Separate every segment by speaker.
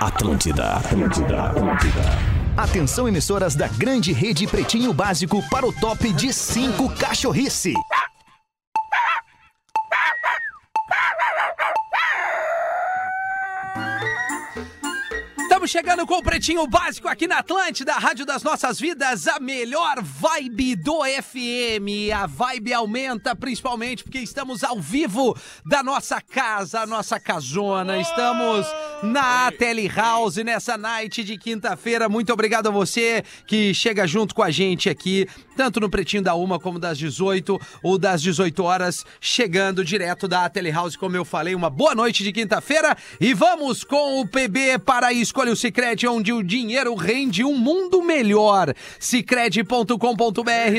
Speaker 1: Atlântida, Atlântida, Atlântida. Atenção, emissoras da grande rede Pretinho Básico para o top de 5 cachorrice.
Speaker 2: Estamos chegando com o Pretinho Básico aqui na Atlântida, a Rádio das Nossas Vidas, a melhor vibe do FM. A vibe aumenta principalmente porque estamos ao vivo da nossa casa, a nossa casona. Estamos na Tele House nessa night de quinta-feira. Muito obrigado a você que chega junto com a gente aqui, tanto no Pretinho da Uma como das 18 ou das 18 horas, chegando direto da Tele House, como eu falei. Uma boa noite de quinta-feira e vamos com o PB para isso. Escolha o Cicred, onde o dinheiro rende um mundo melhor. Cicred.com.br,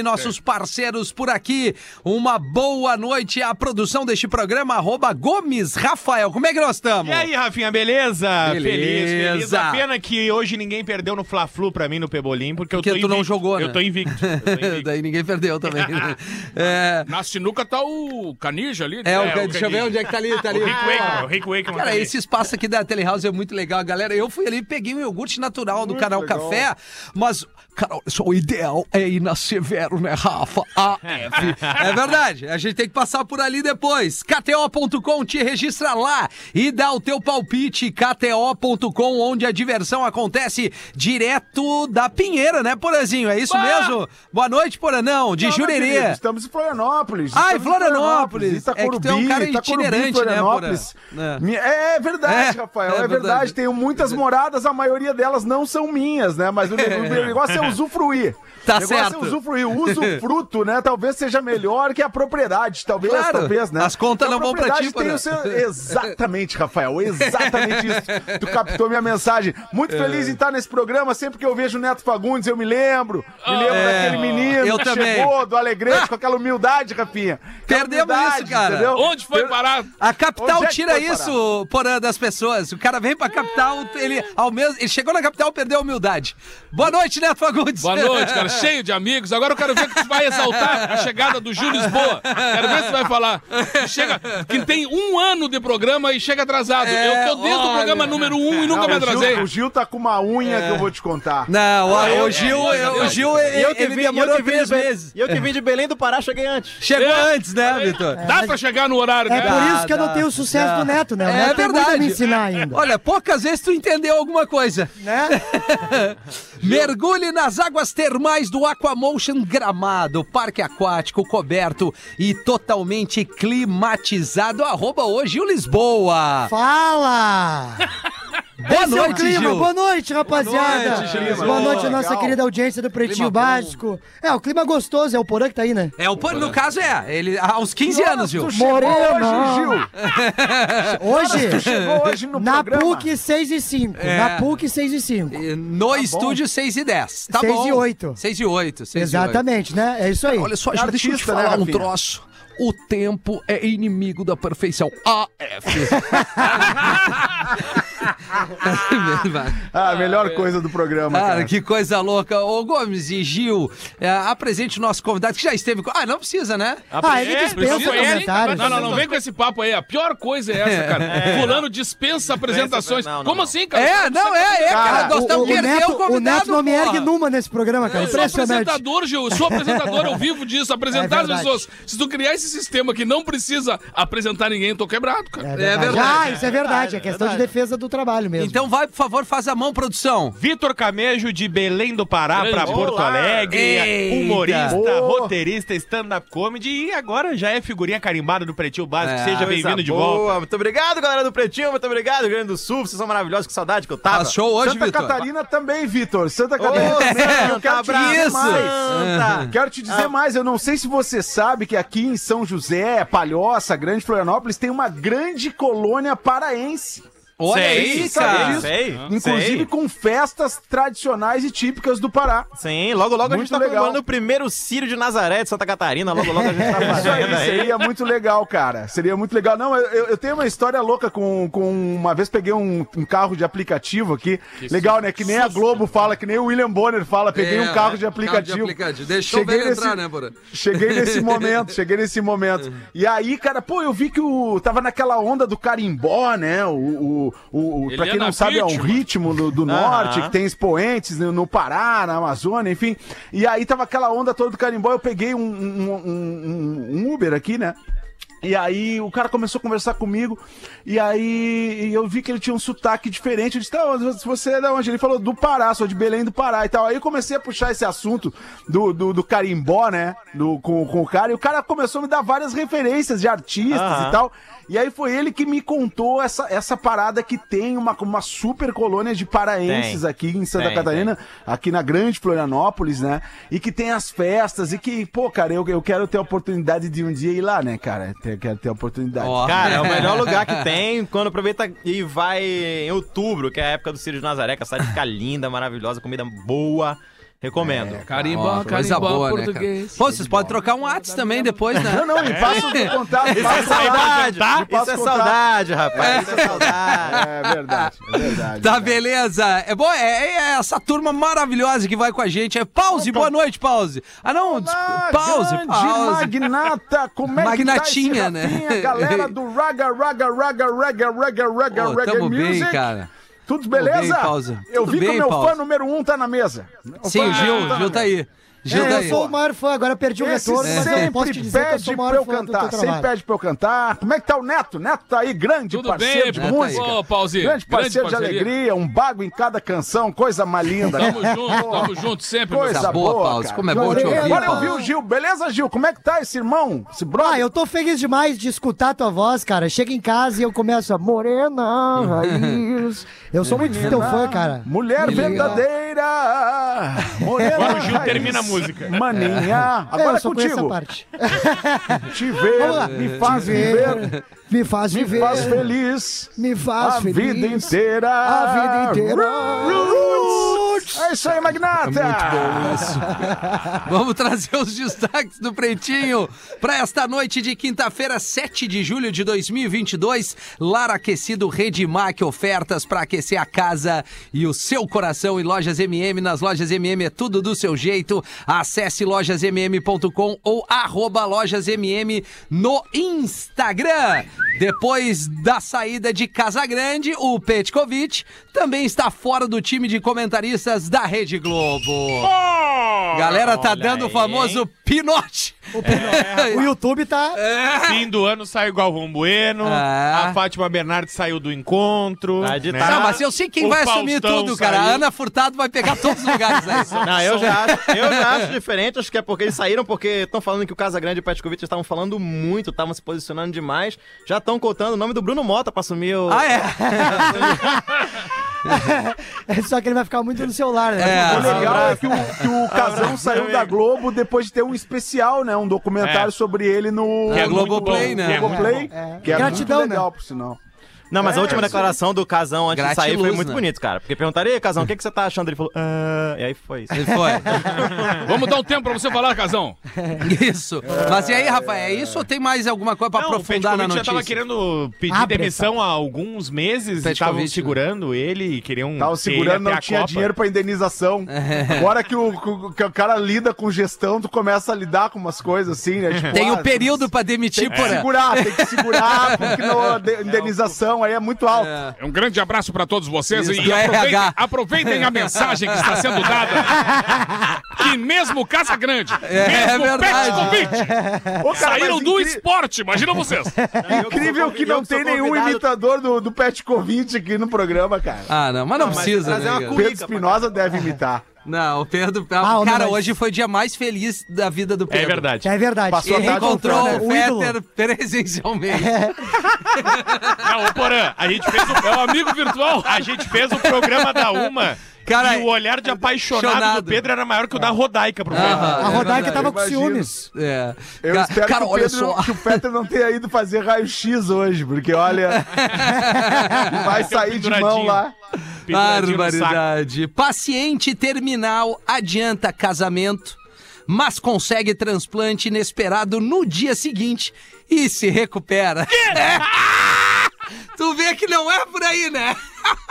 Speaker 2: nossos
Speaker 3: É.
Speaker 2: parceiros por aqui. Uma boa noite à produção deste programa, arroba Gomes Rafael. Como é que nós estamos?
Speaker 3: E aí, Rafinha, beleza?
Speaker 2: Beleza.
Speaker 3: Feliz, feliz. A pena que hoje ninguém perdeu no Fla-Flu pra mim no Pebolim, porque,
Speaker 2: Porque
Speaker 3: eu tô
Speaker 2: tu não
Speaker 3: invicto.
Speaker 2: jogou, né?
Speaker 3: Eu tô invicto. Eu tô invicto.
Speaker 2: Daí ninguém perdeu também. né? é,
Speaker 4: Na sinuca tá o Canija ali.
Speaker 2: é,
Speaker 4: né?
Speaker 2: o, deixa eu ver onde é que tá ali. Tá ali.
Speaker 3: O Rick
Speaker 5: ah,
Speaker 3: Wakeman, o Rick
Speaker 6: é
Speaker 3: Wakeman tá
Speaker 2: Ah, Cara,
Speaker 3: ali.
Speaker 2: esse espaço aqui da Telehouse é muito legal, galera. Eu fui ali e peguei um iogurte natural do canal Café, mas, cara, só o ideal é ir na Severo, né, Rafa? AF. é verdade, a gente tem que passar por ali depois. KTO.com, te registra lá e dá o teu palpite. KTO.com, onde a diversão acontece direto da Pinheira, né, Porazinho? É isso mesmo? Boa noite, Poranão, de
Speaker 6: Não, meu
Speaker 2: Jurerê.
Speaker 6: querido, Estamos em Florianópolis.
Speaker 2: Ah, em
Speaker 6: estamos
Speaker 2: Florianópolis.
Speaker 6: Itacorubi,
Speaker 2: É que tu é um cara
Speaker 6: Itacorubi,
Speaker 2: itinerante, né,
Speaker 6: Florianópolis.
Speaker 2: Porã? É.
Speaker 6: Mi- É, é verdade,
Speaker 2: É,
Speaker 6: Rafael,
Speaker 2: é
Speaker 6: é, verdade.
Speaker 2: verdade.
Speaker 6: Tenho muitas moradas, a maioria delas não são minhas, né? Mas o ne- o negócio é usufruir.
Speaker 2: Tá
Speaker 6: o negócio
Speaker 2: certo.
Speaker 6: é usufruir. O usufruto, né, talvez seja melhor que a propriedade, talvez,
Speaker 2: Claro,
Speaker 6: talvez, né?
Speaker 2: as contas
Speaker 6: A
Speaker 2: não vão pra ti,
Speaker 6: propriedade tem
Speaker 2: Porã.
Speaker 6: o seu- Exatamente, Rafael, exatamente isso. Tu captou minha mensagem.
Speaker 2: É.
Speaker 6: Muito feliz em estar nesse programa, sempre que eu vejo o Neto Fagundes, eu me lembro. Me lembro
Speaker 2: É.
Speaker 6: daquele menino
Speaker 2: Eu
Speaker 6: que
Speaker 2: também. Ah!
Speaker 6: chegou do Alegrete com aquela humildade, Rafinha. Aquela
Speaker 2: Perdemos isso, cara.
Speaker 4: Onde foi parar?
Speaker 2: A capital
Speaker 6: Onde é que
Speaker 2: tira
Speaker 6: foi parar?
Speaker 2: isso, Porã, das pessoas. O cara vem pra capital, ele ao mesmo, ele chegou na capital, perdeu a humildade. Boa noite, Neto Fagundes.
Speaker 4: Boa noite, cara. Cheio de amigos. Agora eu quero ver que tu vai exaltar a chegada do Júlio Lisboa. Quero ver se tu vai falar. Que, chega, que tem um ano de programa e chega atrasado.
Speaker 2: É,
Speaker 4: eu tô desde
Speaker 2: olha.
Speaker 4: o programa número um e
Speaker 6: Não,
Speaker 4: nunca me
Speaker 6: o,
Speaker 4: atrasei.
Speaker 6: Gil, o Gil tá com uma unha que eu vou te contar.
Speaker 2: É. Não, a- o Gil,
Speaker 4: é,
Speaker 2: o
Speaker 4: é,
Speaker 2: Gil,
Speaker 5: E eu
Speaker 2: ele,
Speaker 5: que
Speaker 2: ele
Speaker 5: vim- e eu
Speaker 2: demorou
Speaker 5: que vim
Speaker 2: três
Speaker 5: de Be-
Speaker 2: meses.
Speaker 5: E eu que vim de Belém do Pará, cheguei antes.
Speaker 2: Chegou
Speaker 4: É.
Speaker 2: antes, né, Vitor?
Speaker 4: Dá pra chegar no horário,
Speaker 7: É
Speaker 4: né?
Speaker 7: por
Speaker 2: Dá,
Speaker 7: isso que eu
Speaker 2: dá,
Speaker 7: não tenho o sucesso
Speaker 2: dá.
Speaker 7: do Neto, né? O
Speaker 2: É
Speaker 7: Neto tem muito a
Speaker 2: verdade.
Speaker 7: me ensinar ainda.
Speaker 2: Olha, poucas vezes tu entendeu alguma coisa.
Speaker 7: Né?
Speaker 2: Mergulhe nas águas termais do Aquamotion Gramado, parque aquático coberto e totalmente climatizado. Arroba hoje o Lisboa.
Speaker 7: Fala!
Speaker 2: Boa
Speaker 7: Esse é o
Speaker 2: noite,
Speaker 7: clima.
Speaker 2: Gil.
Speaker 7: Boa noite, rapaziada.
Speaker 2: Boa noite, Gil.
Speaker 7: Boa noite à
Speaker 6: Legal.
Speaker 7: nossa querida audiência do Pretinho
Speaker 2: Clima bom.
Speaker 7: Básico. É, o clima gostoso, é o Porã que tá aí, né?
Speaker 2: É, o Pan, no caso é, ele aos 15 anos, Gil.
Speaker 6: Tu chegou
Speaker 2: é
Speaker 7: Moreno.
Speaker 6: hoje, Gil. Tu
Speaker 7: Hoje,
Speaker 6: chegou hoje no
Speaker 7: na
Speaker 6: programa.
Speaker 7: PUC 6 e 5.
Speaker 2: É.
Speaker 7: Na PUC 6 e 5.
Speaker 2: E No estúdio 6 e 10. Tá
Speaker 7: Tá Seis
Speaker 2: bom.
Speaker 7: e oito.
Speaker 2: 6 e 8.
Speaker 7: Exatamente, né? É isso aí.
Speaker 2: Olha só, Gil,
Speaker 6: Artista,
Speaker 2: deixa eu te
Speaker 6: né,
Speaker 2: falar um
Speaker 6: Rafinha?
Speaker 2: troço. O tempo é inimigo da perfeição. AF.
Speaker 6: Ah, a melhor coisa do programa,
Speaker 2: Cara,
Speaker 6: cara.
Speaker 2: Ah, que coisa louca. Ô Gomes e Gil, é, apresente o nosso convidado que já esteve com. Ah, não precisa, né?
Speaker 7: Ah, ele
Speaker 4: É,
Speaker 7: dispensa
Speaker 4: precisa, é?
Speaker 7: comentários.
Speaker 4: Não, não, não vem com esse papo aí. A pior coisa é essa, cara. Fulano dispensa apresentações.
Speaker 5: não, não,
Speaker 4: Como
Speaker 5: não.
Speaker 4: assim, cara?
Speaker 2: É, não, é, é, cara.
Speaker 6: Cara,
Speaker 2: Nós
Speaker 7: O,
Speaker 2: estamos
Speaker 7: o, Neto,
Speaker 2: perdendo o
Speaker 7: o Neto
Speaker 2: convidado.
Speaker 7: não me ergue
Speaker 2: porra.
Speaker 7: numa nesse programa, cara.
Speaker 4: Eu sou
Speaker 7: Impressionante.
Speaker 4: apresentador, Gil. Eu sou apresentador, eu vivo disso, apresentar
Speaker 7: É
Speaker 4: as
Speaker 7: verdade.
Speaker 4: pessoas. Se tu criar esse sistema que não precisa apresentar ninguém, eu tô quebrado, cara.
Speaker 2: É verdade.
Speaker 7: Ah, isso é verdade. É questão de defesa do trabalho mesmo.
Speaker 2: Então vai, por favor, faz a mão, produção.
Speaker 3: Vitor Camejo de Belém do Pará
Speaker 4: Grande.
Speaker 3: pra Porto
Speaker 5: Olá.
Speaker 3: Alegre,
Speaker 2: Eita.
Speaker 3: humorista,
Speaker 6: Ô.
Speaker 3: roteirista, stand-up comedy e agora já é figurinha carimbada do Pretinho Básico.
Speaker 2: É.
Speaker 3: Seja
Speaker 2: Coisa
Speaker 3: bem-vindo de
Speaker 5: boa.
Speaker 3: volta.
Speaker 5: Muito obrigado, galera do Pretinho. Muito obrigado, Rio Grande do Sul. Vocês são maravilhosos. Que saudade que eu tava.
Speaker 2: Passou hoje,
Speaker 6: Santa
Speaker 2: Vitor.
Speaker 6: Catarina também, Vitor. Santa
Speaker 5: Ô,
Speaker 6: Catarina também. Eu quero te
Speaker 5: Santa
Speaker 6: dizer
Speaker 2: Isso.
Speaker 6: mais.
Speaker 5: Santa.
Speaker 6: Quero te dizer mais, eu não sei se você sabe que aqui em São José, Palhoça, Grande Florianópolis, tem uma grande colônia paraense.
Speaker 2: Olha
Speaker 3: Sei,
Speaker 2: aí,
Speaker 6: sabe
Speaker 2: cara.
Speaker 6: disso?
Speaker 5: Sei,
Speaker 6: Inclusive
Speaker 5: sei.
Speaker 6: com festas tradicionais e típicas do Pará.
Speaker 5: Sim, logo logo a gente
Speaker 6: Muito
Speaker 5: tá
Speaker 6: legal.
Speaker 5: comemorando o primeiro Círio de Nazaré de Santa Catarina. Logo logo a gente tá
Speaker 6: É Isso
Speaker 5: fazendo
Speaker 6: aí
Speaker 5: aí.
Speaker 6: seria muito legal, cara. Seria muito legal. Não, eu, eu tenho uma história louca com, com uma vez peguei um, um carro de aplicativo aqui. legal, né? Que nem a Globo fala, que nem o William Bonner fala. Peguei
Speaker 2: É,
Speaker 6: um carro de
Speaker 2: carro de
Speaker 6: aplicativo.
Speaker 2: aplicativo. Deixou o velho entrar, né, Bora?
Speaker 6: Cheguei nesse momento, cheguei nesse momento. E aí, cara, pô, eu vi que o tava naquela onda do carimbó, né? O, o, o, o, o-
Speaker 4: Ele
Speaker 6: pra quem
Speaker 4: é
Speaker 6: não
Speaker 4: na
Speaker 6: sabe, é um
Speaker 4: vítima.
Speaker 6: ritmo do, do norte, que tem expoentes no, no Pará, na Amazônia, enfim. E aí tava aquela onda toda do carimbó, eu peguei um, um- um- um- um Uber aqui, né? E aí o cara começou a conversar comigo, e aí eu vi que ele tinha um sotaque diferente. Eu disse, tá, mas você é da onde? Ele falou do Pará, sou de Belém do Pará e tal. Aí eu comecei a puxar esse assunto do, do, do carimbó, né? Do, com, com o cara, e o cara começou a me dar várias referências de artistas e tal. E aí foi ele que me contou essa, essa parada que tem uma, uma super colônia de paraenses
Speaker 5: Tem.
Speaker 6: aqui em Santa
Speaker 5: Tem,
Speaker 6: Catarina, aqui na Grande Florianópolis, né? E que tem as festas, e que, pô, cara, eu, eu quero ter a oportunidade de um dia ir lá, né, cara? Eu quero ter a oportunidade.
Speaker 2: Ó.
Speaker 5: Cara, é o melhor lugar que tem quando aproveita e vai em outubro, que é a época do Círio de Nazaré, que a cidade fica linda, maravilhosa, comida boa. Recomendo.
Speaker 4: Carimbó,
Speaker 2: Ó, coisa
Speaker 4: carimbó
Speaker 2: boa, né, cara?
Speaker 4: português.
Speaker 2: Pô, vocês podem trocar um Whats também depois, né?
Speaker 6: Não, não, me passa o teu contato.
Speaker 5: Isso
Speaker 6: passa
Speaker 5: é
Speaker 6: o contato,
Speaker 5: saudade!
Speaker 6: me passa
Speaker 5: Isso é
Speaker 6: o contato.
Speaker 5: saudade, rapaz! Isso é saudade!
Speaker 6: É verdade, é verdade.
Speaker 2: Tá,
Speaker 6: cara.
Speaker 2: beleza. É bom, é, é essa turma maravilhosa que vai com a gente. É Pause, boa noite, Pause. Ah, não, des-
Speaker 6: Ah,
Speaker 2: Pause,
Speaker 6: grande
Speaker 2: Pause.
Speaker 6: magnata, como é
Speaker 2: Magnatinha,
Speaker 6: que tá esse
Speaker 2: né?
Speaker 6: rapinha, Galera do Raga, Raga, Raga, Raga, Raga, Raga,
Speaker 2: Pô,
Speaker 6: Raga
Speaker 2: tamo
Speaker 6: Music.
Speaker 2: bem, cara.
Speaker 6: Tudo
Speaker 2: bem,
Speaker 6: beleza?
Speaker 2: Pausa.
Speaker 6: Eu
Speaker 2: Tudo
Speaker 6: vi que
Speaker 2: bem,
Speaker 6: o meu
Speaker 2: Pausa.
Speaker 6: fã número um tá na mesa. Meu
Speaker 2: Sim,
Speaker 6: fã
Speaker 2: o
Speaker 6: número um
Speaker 2: Gil,
Speaker 6: na
Speaker 2: Gil tá
Speaker 6: mesa.
Speaker 2: aí. Gil tá
Speaker 7: É, eu
Speaker 2: aí.
Speaker 7: sou o maior fã, agora perdi o
Speaker 6: Esse
Speaker 7: retorno, mas eu posso
Speaker 6: sempre
Speaker 7: te dizer que eu sou
Speaker 6: pede
Speaker 7: o
Speaker 6: pra
Speaker 7: maior
Speaker 6: eu
Speaker 7: fã do teu
Speaker 6: cantar, sempre
Speaker 7: trabalho.
Speaker 6: pede pra eu cantar. Como é que tá o Neto? Neto tá aí, grande
Speaker 4: Tudo
Speaker 6: parceiro
Speaker 4: bem,
Speaker 6: de
Speaker 4: pô.
Speaker 6: música.
Speaker 4: Ô, Pauzinho,
Speaker 6: grande parceiro
Speaker 4: grande
Speaker 6: de
Speaker 4: parceria.
Speaker 6: alegria, um bago em cada canção, coisa mais linda.
Speaker 4: Tamo junto, tamo junto sempre, meu
Speaker 6: Coisa
Speaker 4: irmão.
Speaker 2: boa,
Speaker 6: boa,
Speaker 2: Pausa,
Speaker 6: cara.
Speaker 2: como é bom
Speaker 7: te ouvir,
Speaker 6: Agora eu vi
Speaker 7: Pausa.
Speaker 6: o Gil. Beleza, Gil? Como é que tá esse irmão? Esse brother?
Speaker 7: Ah, eu tô feliz demais de escutar tua voz, cara. Chega em casa e eu começo a morena, raiz. Eu sou muito teu fã, cara.
Speaker 6: Mulher
Speaker 2: Que legal.
Speaker 6: verdadeira! Mulher
Speaker 3: Agora o Gil termina a música.
Speaker 6: Maninha!
Speaker 7: É,
Speaker 6: Agora
Speaker 7: eu
Speaker 6: é
Speaker 7: só conheço essa
Speaker 6: contigo.
Speaker 7: parte.
Speaker 6: Te ver,
Speaker 7: Vamos lá.
Speaker 6: me faz
Speaker 7: Te
Speaker 6: viver,
Speaker 7: Me faz
Speaker 6: me
Speaker 7: viver.
Speaker 6: faz feliz.
Speaker 7: Me faz
Speaker 6: A
Speaker 7: feliz.
Speaker 6: vida inteira.
Speaker 7: A vida inteira.
Speaker 6: Roots. É isso aí, Magnata.
Speaker 2: Vamos trazer os destaques do Pretinho para esta noite de quinta-feira, 7 de julho de 2022. Lar Aquecido Redmac, ofertas para aquecer a casa e o seu coração em Lojas MM. Nas Lojas MM é tudo do seu jeito. Acesse lojasmm.com ou arroba lojasmm no Instagram. Depois da saída de Casa Grande, o Petkovic também está fora do time de comentaristas da Rede Globo. Galera tá
Speaker 3: Olha
Speaker 2: dando o
Speaker 3: aí,
Speaker 2: famoso pinote.
Speaker 7: O YouTube tá.
Speaker 3: Fim do ano saiu Galvão Bueno,
Speaker 2: Ah.
Speaker 3: a Fátima Bernardes saiu do encontro.
Speaker 5: Tá de
Speaker 4: É.
Speaker 3: né?
Speaker 5: tá.
Speaker 2: Não, mas eu sei quem
Speaker 3: O
Speaker 2: vai assumir
Speaker 3: Faustão
Speaker 2: tudo, cara. A
Speaker 3: saiu.
Speaker 2: Ana Furtado vai pegar todos os lugares né? aí.
Speaker 5: Não, eu já, acho, eu já acho diferente, acho que é porque eles saíram, porque estão falando que o Casagrande e o Petkovic estavam falando muito, estavam se posicionando demais, já estão contando o nome do Bruno Mota pra assumir o...
Speaker 2: Ah, é?
Speaker 7: Só que ele vai ficar muito no celular, né?
Speaker 2: É.
Speaker 6: O legal é que o, que o Casão
Speaker 5: abraço,
Speaker 6: saiu
Speaker 5: meu
Speaker 6: da
Speaker 5: amigo.
Speaker 6: Globo depois de ter um especial, né? Um documentário
Speaker 3: É.
Speaker 6: sobre ele no
Speaker 3: Que é
Speaker 2: Globoplay,
Speaker 3: muito bom,
Speaker 2: né?
Speaker 3: que é muito
Speaker 6: Globoplay.
Speaker 7: É.
Speaker 6: Que é
Speaker 7: Gratidão,
Speaker 6: muito legal, por sinal.
Speaker 5: Não, mas a
Speaker 6: É,
Speaker 5: última
Speaker 6: isso
Speaker 5: declaração do Casão antes de sair foi
Speaker 2: Gratiluz,
Speaker 5: muito
Speaker 2: né?
Speaker 5: bonito, cara. Porque perguntaram, e aí, Casão, o que, que você tá achando? Ele falou, ah... E aí foi isso.
Speaker 2: Ele foi.
Speaker 4: Vamos dar um tempo pra você falar, Casão.
Speaker 2: Isso. Mas e aí, Rafa, é isso ou tem mais alguma coisa pra
Speaker 3: Não,
Speaker 2: aprofundar
Speaker 3: o
Speaker 2: na
Speaker 3: Petkovic já tava
Speaker 2: notícia?
Speaker 3: querendo pedir
Speaker 7: Abre
Speaker 3: demissão há alguns meses e
Speaker 2: Petkovic,
Speaker 3: estavam
Speaker 2: né?
Speaker 3: segurando ele e queriam.
Speaker 6: Tava
Speaker 3: ter ele
Speaker 6: segurando,
Speaker 3: até
Speaker 6: não
Speaker 3: a
Speaker 6: tinha
Speaker 3: Copa.
Speaker 6: dinheiro pra indenização. Agora que o, que o cara lida com gestão, tu começa a lidar com umas coisas assim, né? Tipo,
Speaker 2: Tem
Speaker 6: ah,
Speaker 2: um período pra demitir,
Speaker 6: Tem que
Speaker 2: porra.
Speaker 6: segurar, tem que segurar, porque não- a de- indenização aí é muito alta.
Speaker 4: É um grande abraço pra todos vocês
Speaker 2: Isso,
Speaker 4: e
Speaker 2: do
Speaker 4: aproveitem,
Speaker 2: RH.
Speaker 4: aproveitem a mensagem que está sendo dada. Que mesmo Casa Grande,
Speaker 2: é
Speaker 4: mesmo
Speaker 2: verdade.
Speaker 4: Petkovic,
Speaker 6: Ô, cara,
Speaker 4: saíram
Speaker 6: mas
Speaker 4: do
Speaker 6: incri-
Speaker 4: esporte, imagina vocês.
Speaker 6: Incrível que não tem nenhum imitador do, do Pet Covid aqui no programa, cara.
Speaker 2: Ah, não, mas não, precisa,
Speaker 5: mas
Speaker 2: né?
Speaker 5: é uma
Speaker 2: cara?
Speaker 5: cu-
Speaker 6: Pedro Espinosa deve imitar.
Speaker 2: Não, o Pedro. é um
Speaker 7: Ah,
Speaker 2: cara,
Speaker 7: não, mas-
Speaker 2: hoje foi o dia mais feliz da vida do Pedro.
Speaker 3: É verdade.
Speaker 7: É verdade.
Speaker 6: Passou a
Speaker 2: Ele
Speaker 6: tarde
Speaker 2: encontrou
Speaker 7: ontem, né?
Speaker 2: o
Speaker 7: O ídolo.
Speaker 2: Peter presencialmente.
Speaker 6: É.
Speaker 3: Não, ô Porã, a gente fez o.
Speaker 4: É um amigo virtual.
Speaker 3: A gente fez o programa da Uma
Speaker 2: Cara,
Speaker 3: e o olhar de apaixonado
Speaker 2: apaixonado.
Speaker 3: do Pedro era maior que o da Rodaica pro
Speaker 2: Aham.
Speaker 6: É
Speaker 3: Pedro.
Speaker 7: A Rodaica
Speaker 2: verdade,
Speaker 7: tava com
Speaker 6: imagino.
Speaker 7: ciúmes.
Speaker 2: É.
Speaker 6: Eu
Speaker 2: Ca-
Speaker 6: espero
Speaker 2: cara,
Speaker 6: que, o
Speaker 2: olha
Speaker 6: Pedro,
Speaker 2: só.
Speaker 6: que o Peter não tenha ido fazer raio-x hoje, porque olha. vai sair de mão
Speaker 3: Penduradinho.
Speaker 6: lá.
Speaker 3: Penduradinho no um saco.
Speaker 2: Barbaridade. Paciente terminal adianta casamento, mas consegue transplante inesperado no dia seguinte e se recupera. Tu vê que não é por aí, né?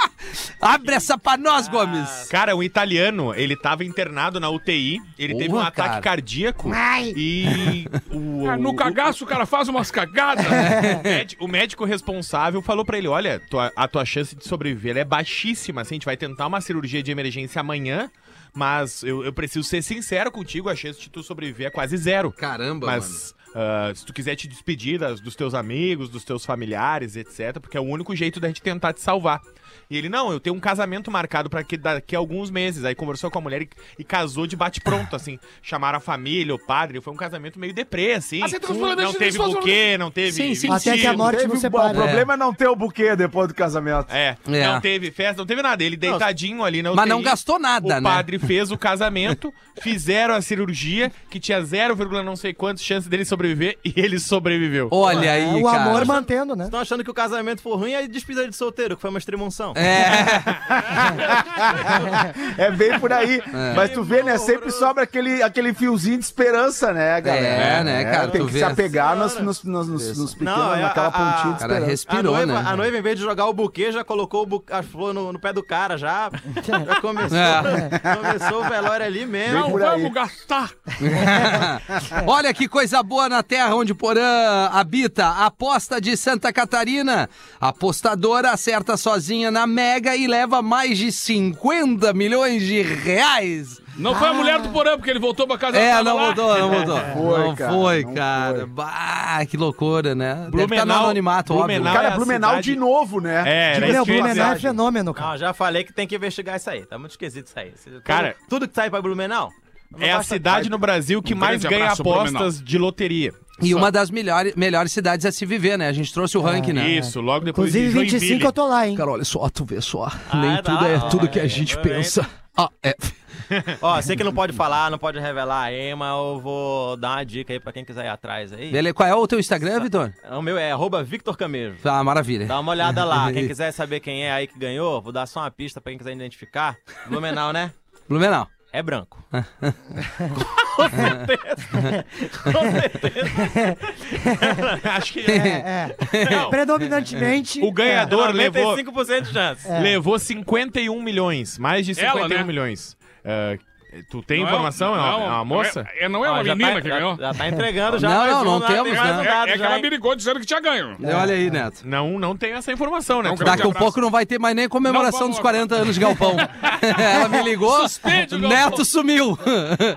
Speaker 2: Abre essa pra nós,
Speaker 3: Ah.
Speaker 2: Gomes.
Speaker 3: Cara, um italiano, ele tava internado na UTI, ele teve um
Speaker 2: Porra,
Speaker 3: ataque
Speaker 2: cara.
Speaker 3: cardíaco e o,
Speaker 4: Ah, no
Speaker 3: o-
Speaker 4: cagaço o cara faz umas cagadas.
Speaker 3: o médi- o médico responsável falou pra ele, olha, tua- a tua chance de sobreviver ela é baixíssima, assim, a gente vai tentar uma cirurgia de emergência amanhã, mas eu, eu preciso ser sincero contigo, a chance de tu sobreviver é quase zero.
Speaker 2: Caramba, mano.
Speaker 3: Mas ah, se tu quiser te despedir das- dos teus amigos, dos teus familiares, etc., porque é o único jeito da gente tentar te salvar. E ele, não, eu tenho um casamento marcado para daqui a alguns meses. Aí conversou com a mulher e, e casou de bate-pronto, assim. Chamaram a família, o padre. Foi um casamento meio deprê, assim.
Speaker 4: Ah, você tá falando
Speaker 3: não
Speaker 4: disso,
Speaker 3: teve
Speaker 4: você tá
Speaker 3: buquê, não teve.
Speaker 2: Sim, sim,
Speaker 7: Até que a
Speaker 3: vestido.
Speaker 7: morte
Speaker 6: Teve
Speaker 7: não
Speaker 6: um-
Speaker 7: separa.
Speaker 6: O problema é não ter o buquê depois do casamento.
Speaker 3: É,
Speaker 2: É.
Speaker 3: não teve festa, não teve nada. Ele deitadinho ali na
Speaker 2: Mas não
Speaker 3: UTI,
Speaker 2: gastou nada,
Speaker 3: O
Speaker 2: né?
Speaker 3: padre fez o casamento, fizeram a cirurgia, que tinha 0, não sei quantos chances dele sobreviver, e ele sobreviveu.
Speaker 2: Olha aí,
Speaker 7: É o
Speaker 2: cara.
Speaker 7: amor mantendo, né?
Speaker 5: Estão achando que o casamento foi ruim, aí despedida de solteiro, que foi uma extremunção.
Speaker 2: É,
Speaker 6: É bem por aí. Mas tu vê, né? Sempre sobra aquele, aquele fiozinho de esperança, né, galera?
Speaker 2: É, né, cara,
Speaker 6: Tem
Speaker 2: tu
Speaker 6: que
Speaker 2: vê.
Speaker 6: se apegar nos, nos, nos, nos- nos pequenos,
Speaker 5: Não, é a-
Speaker 6: naquela
Speaker 5: a-
Speaker 6: pontinha
Speaker 5: a-
Speaker 6: de
Speaker 2: cara
Speaker 6: esperança.
Speaker 5: A
Speaker 2: respirou,
Speaker 5: noiva,
Speaker 2: né?
Speaker 5: a noiva, em vez de jogar o buquê, já colocou o bu- a flor no, no pé do cara, já. Já começou,
Speaker 2: É.
Speaker 5: começou o velório ali mesmo.
Speaker 4: Não
Speaker 6: por aí.
Speaker 4: vamos gastar.
Speaker 2: Olha que coisa boa na terra onde Porã habita. Aposta de Santa Catarina. Apostadora acerta sozinha na Mega e leva mais de 50 milhões de reais.
Speaker 4: Não foi a mulher do porão, porque ele voltou pra casa
Speaker 2: É,
Speaker 4: tava
Speaker 2: não
Speaker 4: lá.
Speaker 2: mudou, não mudou.
Speaker 6: foi,
Speaker 2: não
Speaker 6: cara,
Speaker 2: foi,
Speaker 6: não
Speaker 2: cara.
Speaker 6: foi.
Speaker 2: Bah, que loucura, né? Deve estar no
Speaker 3: Blumenau-
Speaker 2: anonimato,
Speaker 3: Blumenau-
Speaker 6: Cara,
Speaker 3: é a
Speaker 6: Blumenau
Speaker 3: cidade-
Speaker 6: de novo, né?
Speaker 3: É,
Speaker 6: de
Speaker 3: era
Speaker 7: Meu,
Speaker 3: isso
Speaker 6: novo,
Speaker 3: que eu ia
Speaker 7: Blumenau é
Speaker 3: dizer.
Speaker 7: fenômeno, cara.
Speaker 5: Não, já falei que tem que investigar isso aí. Tá muito esquisito isso aí. Tudo-
Speaker 3: Cara-
Speaker 5: tudo que sai pra Blumenau. não
Speaker 3: É a
Speaker 5: basta-
Speaker 3: cidade no Brasil que
Speaker 4: Um
Speaker 3: mais
Speaker 4: grande
Speaker 3: ganha
Speaker 4: abraço,
Speaker 3: apostas
Speaker 4: Blumenau.
Speaker 3: de loteria.
Speaker 2: E
Speaker 3: Só-
Speaker 2: uma das melhores, melhores cidades a se viver, né? A gente trouxe o ranking, né?
Speaker 3: Isso, logo depois
Speaker 7: Inclusive,
Speaker 3: de Joinville.
Speaker 7: 25 eu tô lá, hein?
Speaker 2: Cara, olha só, tu vê só.
Speaker 5: Ah,
Speaker 2: Nem
Speaker 5: tá,
Speaker 2: tudo é
Speaker 5: ó,
Speaker 2: tudo que a
Speaker 5: é,
Speaker 2: gente
Speaker 5: foi bem.
Speaker 2: pensa. Ah, é.
Speaker 5: Ó, sei que não pode falar, não pode revelar aí, mas eu vou dar uma dica aí pra quem quiser ir atrás aí.
Speaker 2: Beleza, qual é o teu Instagram, Vitor?
Speaker 5: O meu é arroba Victor Camejo.
Speaker 2: Ah, maravilha.
Speaker 5: Dá uma olhada lá. Quem quiser saber quem é aí que ganhou, vou dar só uma pista pra quem quiser identificar. Blumenau, né?
Speaker 2: Blumenau.
Speaker 5: É branco.
Speaker 3: Acho que é.
Speaker 7: É.
Speaker 3: Não.
Speaker 7: Predominantemente.
Speaker 3: O
Speaker 2: É.
Speaker 3: ganhador levou,
Speaker 5: 95% de chance.
Speaker 3: levou 51 milhões, mais de
Speaker 4: Ela,
Speaker 3: 51
Speaker 4: né?
Speaker 3: milhões. Ah, tu tem
Speaker 4: Não é-
Speaker 3: informação? É uma,
Speaker 4: não,
Speaker 3: é uma moça?
Speaker 4: É, é- não é uma
Speaker 5: Ó, já
Speaker 4: menina
Speaker 5: tá-
Speaker 4: que
Speaker 5: já-
Speaker 4: ganhou.
Speaker 5: Já tá entregando já.
Speaker 2: Não,
Speaker 5: mais
Speaker 2: não,
Speaker 5: um
Speaker 2: não
Speaker 5: dado,
Speaker 2: temos,
Speaker 5: mais
Speaker 2: né?
Speaker 5: um
Speaker 4: É,
Speaker 5: dado
Speaker 4: é que
Speaker 5: já,
Speaker 4: ela
Speaker 5: hein?
Speaker 4: brigou dizendo que tinha ganho.
Speaker 2: Olha aí, Neto.
Speaker 3: Não, não tenho essa informação, né?
Speaker 4: Não,
Speaker 2: Daqui a
Speaker 4: abraço.
Speaker 2: pouco não vai ter mais nem comemoração
Speaker 4: Não,
Speaker 2: dos
Speaker 4: vamos
Speaker 2: 40 anos de Galpão. Ela me ligou,
Speaker 4: Suspende o Galpão.
Speaker 2: Neto sumiu.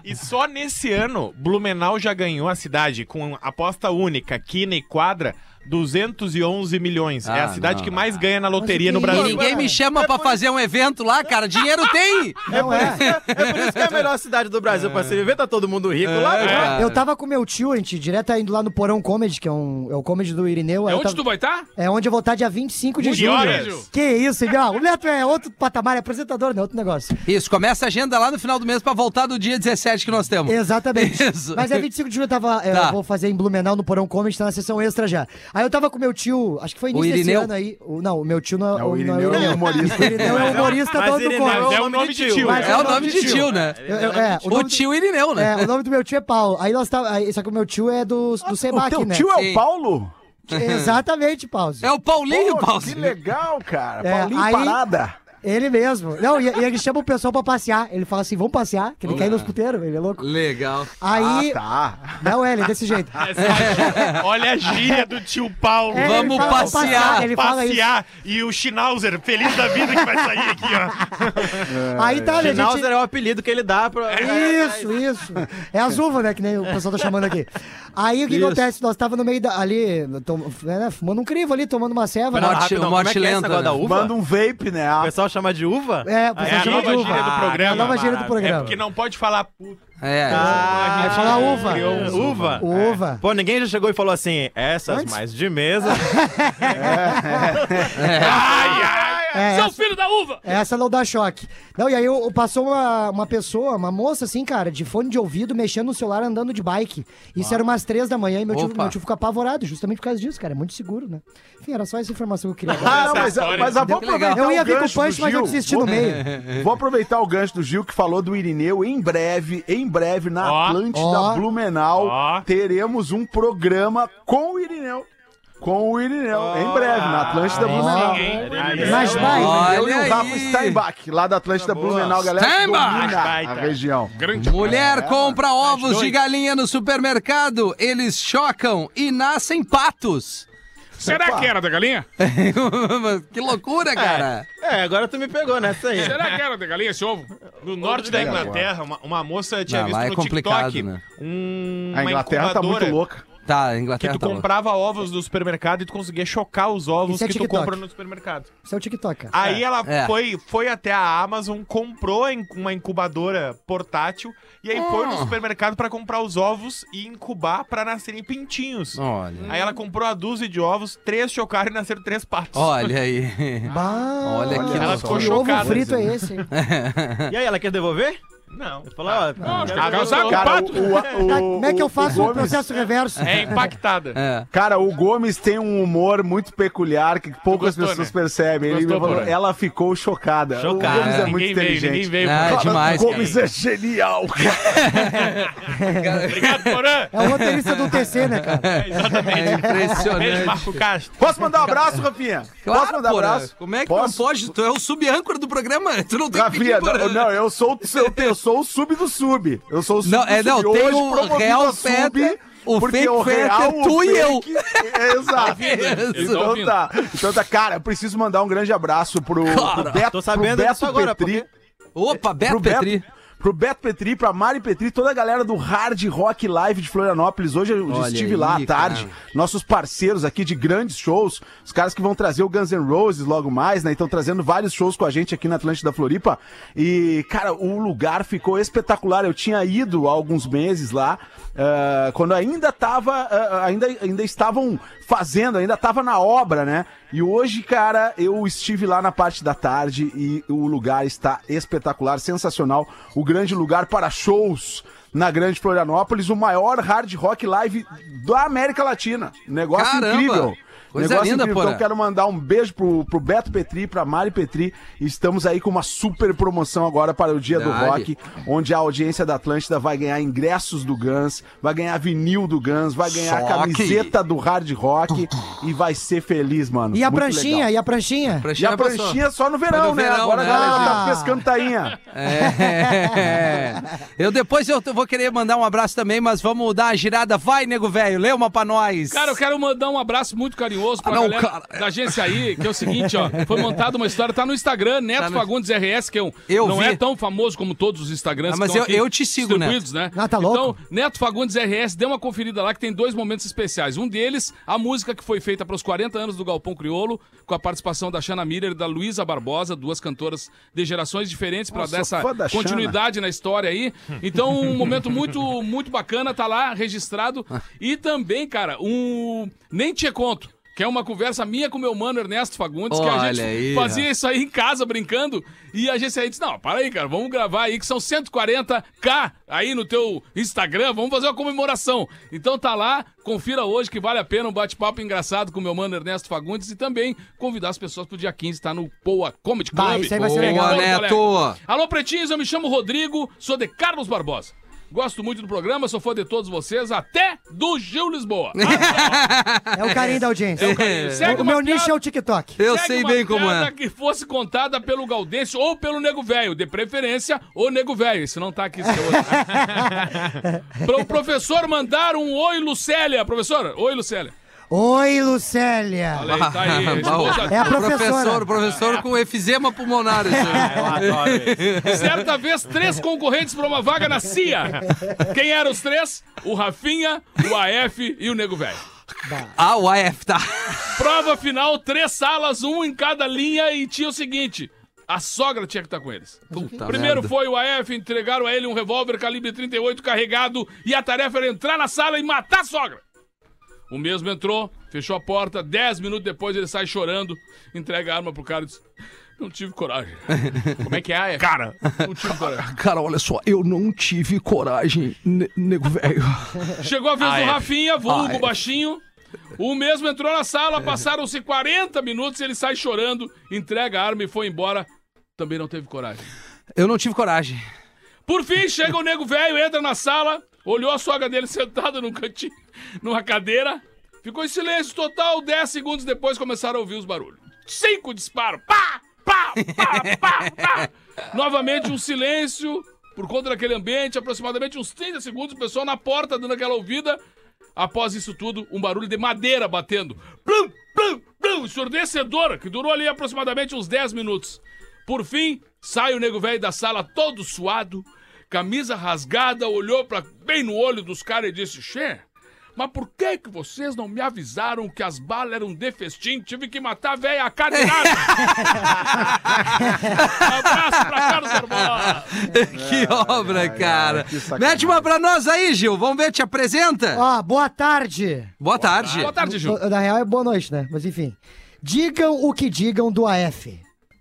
Speaker 3: E só nesse ano, Blumenau já ganhou a cidade com aposta única, quina e quadra, 211 milhões. é
Speaker 2: Ah,
Speaker 3: a cidade
Speaker 2: não,
Speaker 3: que
Speaker 2: não.
Speaker 3: mais ganha na loteria no
Speaker 7: que-
Speaker 2: E
Speaker 3: Brasil.
Speaker 2: ninguém me chama pra fazer um evento lá, cara. Dinheiro tem!
Speaker 7: Não é.
Speaker 5: É por isso que é a melhor cidade do Brasil pra se viver, tá todo mundo rico lá.
Speaker 2: É,
Speaker 5: né?
Speaker 2: cara.
Speaker 7: Eu tava com meu tio, a gente direto indo lá no Porão Comedy, que é, um, é o comedy do Irineu.
Speaker 4: É
Speaker 7: aí eu
Speaker 4: onde
Speaker 7: tava-
Speaker 4: tu vai estar?
Speaker 7: É onde eu vou estar dia 25 de
Speaker 4: Que
Speaker 7: julho.
Speaker 4: horas, Gil?
Speaker 7: Que isso, Igão. O Neto é outro patamar, é apresentador, né? Outro negócio.
Speaker 2: Isso, começa a agenda lá no final do mês pra voltar do dia 17 que nós temos.
Speaker 7: Exatamente.
Speaker 2: Isso.
Speaker 7: Mas é 25 de julho eu tava. Eu
Speaker 2: Tá.
Speaker 7: vou fazer em Blumenau no Porão Comedy, tá na sessão extra já. Aí eu tava com meu tio, acho que foi início desse
Speaker 2: Irineu?
Speaker 7: ano aí. O- não, o meu tio não é,
Speaker 6: É, o
Speaker 7: não
Speaker 6: Irineu é um humorista.
Speaker 7: O Irineu é humorista
Speaker 5: Mas
Speaker 7: do outro
Speaker 5: Irineu
Speaker 7: Comedy.
Speaker 3: é o nome de tio.
Speaker 7: Mas
Speaker 2: É o nome de tio, né?
Speaker 7: Eu- eu- é,
Speaker 2: O
Speaker 7: nome do-
Speaker 2: tio Irineu,
Speaker 7: É,
Speaker 2: né?
Speaker 7: o nome do meu tio é Paulo. Aí nós tava, aí- só que o meu tio é do, do
Speaker 6: O
Speaker 7: Sebac,
Speaker 6: teu
Speaker 7: né?
Speaker 6: tio é
Speaker 2: Sim.
Speaker 6: o Paulo?
Speaker 7: Exatamente, Paulo.
Speaker 2: É o Paulinho,
Speaker 6: Pô,
Speaker 2: Paulo.
Speaker 6: que legal, cara.
Speaker 7: É,
Speaker 6: Paulinho
Speaker 7: aí-
Speaker 6: Parada.
Speaker 7: Ele mesmo. Não, e, e ele chama o pessoal pra passear. Ele fala assim, vamos passear, que ele quer ir nos puteiros, ele é louco.
Speaker 2: Legal.
Speaker 7: Aí,
Speaker 3: Ah,
Speaker 6: Tá.
Speaker 7: não, é, ele é desse jeito.
Speaker 3: Olha a gíria do tio Paulo.
Speaker 7: É, ele
Speaker 2: Vamos
Speaker 7: fala, "Vamos
Speaker 2: passear."
Speaker 7: ele fala isso.
Speaker 3: passear. E o Schnauzer, feliz da vida que vai sair aqui, ó.
Speaker 7: Aí tá, né, a gente...
Speaker 5: Schnauzer é o apelido que ele dá pra.
Speaker 7: Isso, isso. É as uvas, né? Que nem o pessoal tá chamando aqui. Aí o que acontece? Nós tava no meio da, ali, tom- né, fumando um crivo ali, tomando uma ceva.
Speaker 2: Mas
Speaker 5: Não,
Speaker 7: né?
Speaker 2: Morte-
Speaker 5: rápido, não.
Speaker 2: morte
Speaker 5: Como é que é esse
Speaker 2: lenta,
Speaker 5: negócio
Speaker 2: né?
Speaker 5: da uva?
Speaker 6: Manda um vape, né?
Speaker 5: O pessoal chama de uva? Ah,
Speaker 7: É, o
Speaker 3: É
Speaker 7: pessoal
Speaker 3: a
Speaker 7: chama
Speaker 3: nova
Speaker 7: de uva.
Speaker 3: gíria do
Speaker 7: a
Speaker 3: programa.
Speaker 7: nova gíria do
Speaker 3: É
Speaker 7: programa.
Speaker 3: porque não pode falar puta.
Speaker 2: É.
Speaker 5: Ah,
Speaker 7: Vai falar uva.
Speaker 5: Uva?
Speaker 7: Uva.
Speaker 5: Pô, ninguém já chegou e falou assim, essas mais de mesa.
Speaker 7: É,
Speaker 4: Seu filho da uva!
Speaker 7: Essa não dá choque. Não, e aí eu- eu passou uma, uma pessoa, uma moça assim, cara, de fone de ouvido, mexendo no celular, andando de bike. Isso era umas três da manhã e meu tio,
Speaker 2: Opa.
Speaker 7: meu tio ficou apavorado, justamente por causa disso, cara. É muito seguro, né? Enfim, era só essa informação que eu queria
Speaker 6: Ah,
Speaker 7: dar.
Speaker 6: não, mas,
Speaker 3: história. é
Speaker 6: mas ah, vou
Speaker 2: Que legal.
Speaker 6: aproveitar
Speaker 7: Eu ia
Speaker 6: o
Speaker 7: vir com o
Speaker 6: gancho do
Speaker 7: punch, mas eu
Speaker 6: Gil.
Speaker 7: desisti no
Speaker 6: Vou-
Speaker 7: meio.
Speaker 6: Vou aproveitar o gancho do Gil que falou do Irineu. Em breve, em breve, na
Speaker 3: Ó.
Speaker 6: Atlântida
Speaker 7: Ó.
Speaker 6: Blumenau,
Speaker 3: Ó.
Speaker 6: teremos um programa com o Irineu. com o Irineu, em breve, na Atlântida Blumenau.
Speaker 7: Mas vai.
Speaker 6: Eu e o
Speaker 2: Olha
Speaker 6: Rafa
Speaker 2: aí.
Speaker 6: Steinbach, lá da Atlântida Blumenau, galera que
Speaker 4: Steinbach!
Speaker 6: domina a
Speaker 3: Steinbach.
Speaker 6: região.
Speaker 4: Grande
Speaker 2: Mulher compra ovos de galinha no supermercado, eles chocam e nascem patos.
Speaker 4: Será que era da galinha?
Speaker 2: que loucura, cara.
Speaker 5: É, agora tu me pegou nessa
Speaker 6: É.
Speaker 5: aí.
Speaker 4: Será que era da galinha esse ovo?
Speaker 3: No norte da Inglaterra, uma, uma moça tinha
Speaker 2: Não,
Speaker 3: visto
Speaker 2: lá é
Speaker 3: no
Speaker 2: complicado,
Speaker 3: TikTok
Speaker 2: né?
Speaker 3: um,
Speaker 6: A
Speaker 3: uma
Speaker 6: Inglaterra tá muito
Speaker 3: incubadora
Speaker 6: louca.
Speaker 2: Tá, a
Speaker 3: Que
Speaker 2: Inglaterra
Speaker 3: tu
Speaker 2: tá louca.
Speaker 3: comprava ovos do supermercado e tu conseguia chocar os ovos
Speaker 7: Isso é
Speaker 3: que tu
Speaker 7: TikTok.
Speaker 3: compra no supermercado.
Speaker 7: Isso é o TikTok, cara.
Speaker 3: Aí ela
Speaker 2: É.
Speaker 3: foi, foi até a Amazon, comprou em- uma incubadora portátil e aí foi
Speaker 2: Ah.
Speaker 3: no supermercado pra comprar os ovos e incubar pra nascerem pintinhos.
Speaker 2: Olha.
Speaker 3: Aí ela comprou a dúzia de ovos, três chocaram e nasceram três patos.
Speaker 2: Olha aí.
Speaker 7: Bah,
Speaker 2: Olha que
Speaker 3: Ela
Speaker 7: que
Speaker 3: ficou
Speaker 7: ovo
Speaker 3: chocada,
Speaker 7: frito é esse? hein?
Speaker 5: E aí, ela quer devolver?
Speaker 3: Não.
Speaker 5: Falou, ó,
Speaker 4: Não,
Speaker 5: quero-
Speaker 4: tá casado com o
Speaker 6: Cara, o,
Speaker 4: pato.
Speaker 6: o- o-
Speaker 7: Como é que eu faço o
Speaker 6: Gomes-
Speaker 7: processo reverso?
Speaker 3: É impactada.
Speaker 2: É.
Speaker 6: Cara, o Gomes tem um humor muito peculiar que poucas
Speaker 4: gostou,
Speaker 6: pessoas
Speaker 4: né?
Speaker 6: percebem. Ele
Speaker 4: Gostou,
Speaker 6: me falou,
Speaker 4: Porã?
Speaker 6: ela ficou chocada.
Speaker 5: Chocada.
Speaker 6: O Gomes é
Speaker 2: Ninguém
Speaker 6: muito
Speaker 4: Ninguém veio,
Speaker 6: inteligente.
Speaker 4: ninguém veio.
Speaker 2: Ah,
Speaker 6: Cara,
Speaker 2: é demais,
Speaker 6: o
Speaker 2: cara.
Speaker 6: Gomes é genial, cara.
Speaker 4: Obrigado, Porã.
Speaker 7: É o roteirista do TC, né, cara?
Speaker 2: É
Speaker 3: Beijo,
Speaker 2: impressionante.
Speaker 3: Marco Castro.
Speaker 6: Posso mandar um abraço, Rafinha? Posso
Speaker 2: Claro,
Speaker 6: mandar um
Speaker 2: porra.
Speaker 6: abraço?
Speaker 2: Como é que
Speaker 6: Posso?
Speaker 2: não pode? Tu é o sub-âncora do programa. Tu não tem que
Speaker 6: Rafinha,
Speaker 2: pedir por...
Speaker 6: não, não, eu sou, o- eu, eu sou o sub do sub. Eu sou o sub
Speaker 2: Não,
Speaker 6: do
Speaker 2: é, não,
Speaker 6: sub.
Speaker 2: tem
Speaker 6: Hoje
Speaker 2: o
Speaker 6: promovido
Speaker 2: Real
Speaker 6: a sub,
Speaker 2: Feta, o
Speaker 6: porque
Speaker 2: Fake Feta, é tu e eu. Tá
Speaker 6: é, exato.
Speaker 2: Isso.
Speaker 6: Então tá, então tá, cara, eu preciso mandar um grande abraço pro, pro Beto,
Speaker 5: tô sabendo
Speaker 6: pro
Speaker 5: disso
Speaker 6: Beto
Speaker 5: agora,
Speaker 6: Petri.
Speaker 5: porque-
Speaker 2: Opa, Beto
Speaker 6: pro Beto-
Speaker 2: Petri.
Speaker 6: Pro Beto Petri, pra Mari Petri, toda a galera do Hard Rock Live de Florianópolis. Hoje eu
Speaker 2: Olha
Speaker 6: estive
Speaker 2: aí,
Speaker 6: lá à tarde.
Speaker 2: cara.
Speaker 6: Nossos parceiros aqui de grandes shows, os caras que vão trazer o Guns N' Roses logo mais, né? Estão trazendo vários shows com a gente aqui na Atlântida Floripa. E, cara, o lugar ficou espetacular. Eu tinha ido há alguns meses lá, ah, quando ainda tava, ah, ainda, ainda estavam fazendo, ainda tava na obra, né? E hoje, cara, eu estive lá na parte da tarde e o lugar está espetacular, sensacional. O grande lugar para shows na Grande Florianópolis, o maior hard rock live da América Latina. Negócio
Speaker 2: Caramba!
Speaker 6: incrível.
Speaker 2: Coisa
Speaker 6: Negócio
Speaker 2: linda,
Speaker 6: incrível.
Speaker 2: Porã.
Speaker 6: Então quero mandar um beijo pro, pro Beto Petri, pra Mari Petri. Estamos aí com uma super promoção agora para o Dia do
Speaker 2: Dale.
Speaker 6: Rock, onde a audiência da Atlântida vai ganhar ingressos do Guns, vai ganhar vinil do Guns, vai ganhar
Speaker 2: Só
Speaker 6: a camiseta do hard rock e vai ser feliz, mano.
Speaker 7: E a
Speaker 6: Muito
Speaker 7: pranchinha?
Speaker 6: legal.
Speaker 7: E a pranchinha?
Speaker 6: E
Speaker 2: passou.
Speaker 6: a pranchinha só no
Speaker 2: Só
Speaker 6: verão,
Speaker 2: no
Speaker 6: né?
Speaker 2: verão,
Speaker 6: Agora
Speaker 2: né?
Speaker 6: a galera
Speaker 7: Ah.
Speaker 6: tá pescando tainha.
Speaker 2: É. Eu depois eu vou querer mandar um abraço também, mas vamos dar uma girada. Vai, nego velho, lê uma pra nós.
Speaker 4: Cara, eu quero mandar um abraço muito carinhoso pra
Speaker 2: Ah, não,
Speaker 4: galera
Speaker 2: cara.
Speaker 4: da agência aí, que é o seguinte, ó. Foi montada uma história, tá no Instagram, Neto
Speaker 2: Tá no-
Speaker 4: Fagundes RS, que é um,
Speaker 2: Eu
Speaker 4: não
Speaker 2: vi.
Speaker 4: é tão famoso como todos os Instagrams
Speaker 2: Ah,
Speaker 4: que
Speaker 2: mas
Speaker 4: estão
Speaker 2: eu-
Speaker 4: aqui
Speaker 2: eu te sigo,
Speaker 4: distribuídos, né?
Speaker 7: Ah, tá louco?
Speaker 4: Então, Neto Fagundes RS, dê uma conferida lá que tem dois momentos especiais. Um deles, a música que foi feita para os 40 anos do Galpão Criolo, com a participação da Xana Miller e da Luísa Barbosa, duas cantoras de gerações diferentes, para
Speaker 6: Nossa,
Speaker 4: dar essa
Speaker 6: fã da Xana.
Speaker 4: continuidade novidade na história aí. Então, um momento muito, muito bacana, tá lá registrado. E também, cara, um. Nem te conto. Que é uma conversa minha com meu mano Ernesto Fagundes, que a
Speaker 2: Olha
Speaker 4: gente
Speaker 2: aí,
Speaker 4: fazia isso aí em casa brincando. E a gente aí disse: Não, para aí, cara, vamos gravar aí, que são 140k aí no teu Instagram, vamos fazer uma comemoração. Então tá lá, confira hoje que vale a pena um bate-papo engraçado com meu mano Ernesto Fagundes e também convidar as pessoas pro dia 15, tá no Poa Comedy Club.
Speaker 7: Bah, isso Tá, aí vai ser
Speaker 4: Boa,
Speaker 7: legal.
Speaker 2: Neto.
Speaker 4: Alô, pretinhos, eu me chamo Rodrigo, sou de Carlos Barbosa. Gosto muito do programa, sou fã de todos vocês, até do Gil Lisboa. Ah,
Speaker 7: É o carinho da audiência.
Speaker 4: Segue
Speaker 7: O
Speaker 4: uma
Speaker 7: meu nicho é
Speaker 4: piada-
Speaker 7: o TikTok.
Speaker 2: Eu
Speaker 4: segue
Speaker 2: sei
Speaker 4: uma
Speaker 2: bem como
Speaker 4: piada
Speaker 2: é.
Speaker 4: que fosse contada pelo Gaudêncio ou pelo Nego Velho, de preferência o Nego Velho, se não tá aqui, esse é outro. Para o professor mandar um oi, Lucélia. Professor, oi, Lucélia.
Speaker 7: Oi, Lucélia.
Speaker 4: Olha aí, tá aí.
Speaker 2: Ah,
Speaker 4: esposa-
Speaker 7: É a
Speaker 2: professor,
Speaker 7: professora.
Speaker 2: professor com efizema pulmonar. isso aí.
Speaker 4: Certa vez, três concorrentes para uma vaga na CIA. Quem eram os três? O Rafinha, o AF e o Nego Velho.
Speaker 2: ah, o AF, tá.
Speaker 4: Prova final, três salas, um em cada linha e tinha o seguinte. A sogra tinha que estar com eles.
Speaker 2: Puta
Speaker 4: Primeiro
Speaker 2: merda.
Speaker 4: foi o AF, entregaram a ele um revólver calibre 38 carregado e a tarefa era entrar na sala e matar a sogra. O mesmo entrou, fechou a porta, dez minutos depois ele sai chorando, entrega a arma pro cara e diz, não tive coragem.
Speaker 3: Como é que é, AF?
Speaker 4: Cara, não tive coragem.
Speaker 2: Cara, olha só, eu não tive coragem, ne- nego velho.
Speaker 4: Chegou a vez do
Speaker 3: AF.
Speaker 4: Rafinha, vulgo,
Speaker 2: AF.
Speaker 4: baixinho. O mesmo entrou na sala, passaram-se 40 minutos, ele sai chorando, entrega a arma e foi embora. Também não teve coragem.
Speaker 2: Eu não tive coragem.
Speaker 4: Por fim, chega o nego velho, entra na sala, olhou a sogra dele sentada num cantinho, numa cadeira, Ficou em silêncio total, 10 segundos depois começaram a ouvir os barulhos. Cinco disparos. Pá! Pá! Pá! Pá! pá. Novamente um silêncio por conta daquele ambiente, aproximadamente uns 30 segundos, o pessoal na porta dando aquela ouvida. Após isso tudo, um barulho de madeira batendo. Plum, plum, plum, ensurdecedora, que durou ali aproximadamente uns 10 minutos. Por fim, sai o nego velho da sala todo suado, camisa rasgada, olhou pra, bem no olho dos caras e disse: Xê, mas por que que vocês não me avisaram que as balas eram de festim? Tive que matar a velha a carneirada. Abraço pra Carlos Barbosa.
Speaker 2: que obra, cara.
Speaker 6: que sacanagem.
Speaker 2: Mete uma pra nós aí, Gil. Vamos ver, te apresenta.
Speaker 5: Ah,
Speaker 7: Ó, boa tarde.
Speaker 2: Boa tarde.
Speaker 4: Boa tarde, Ju.
Speaker 7: Na real é boa noite, né? Mas enfim. Digam o que digam do AF.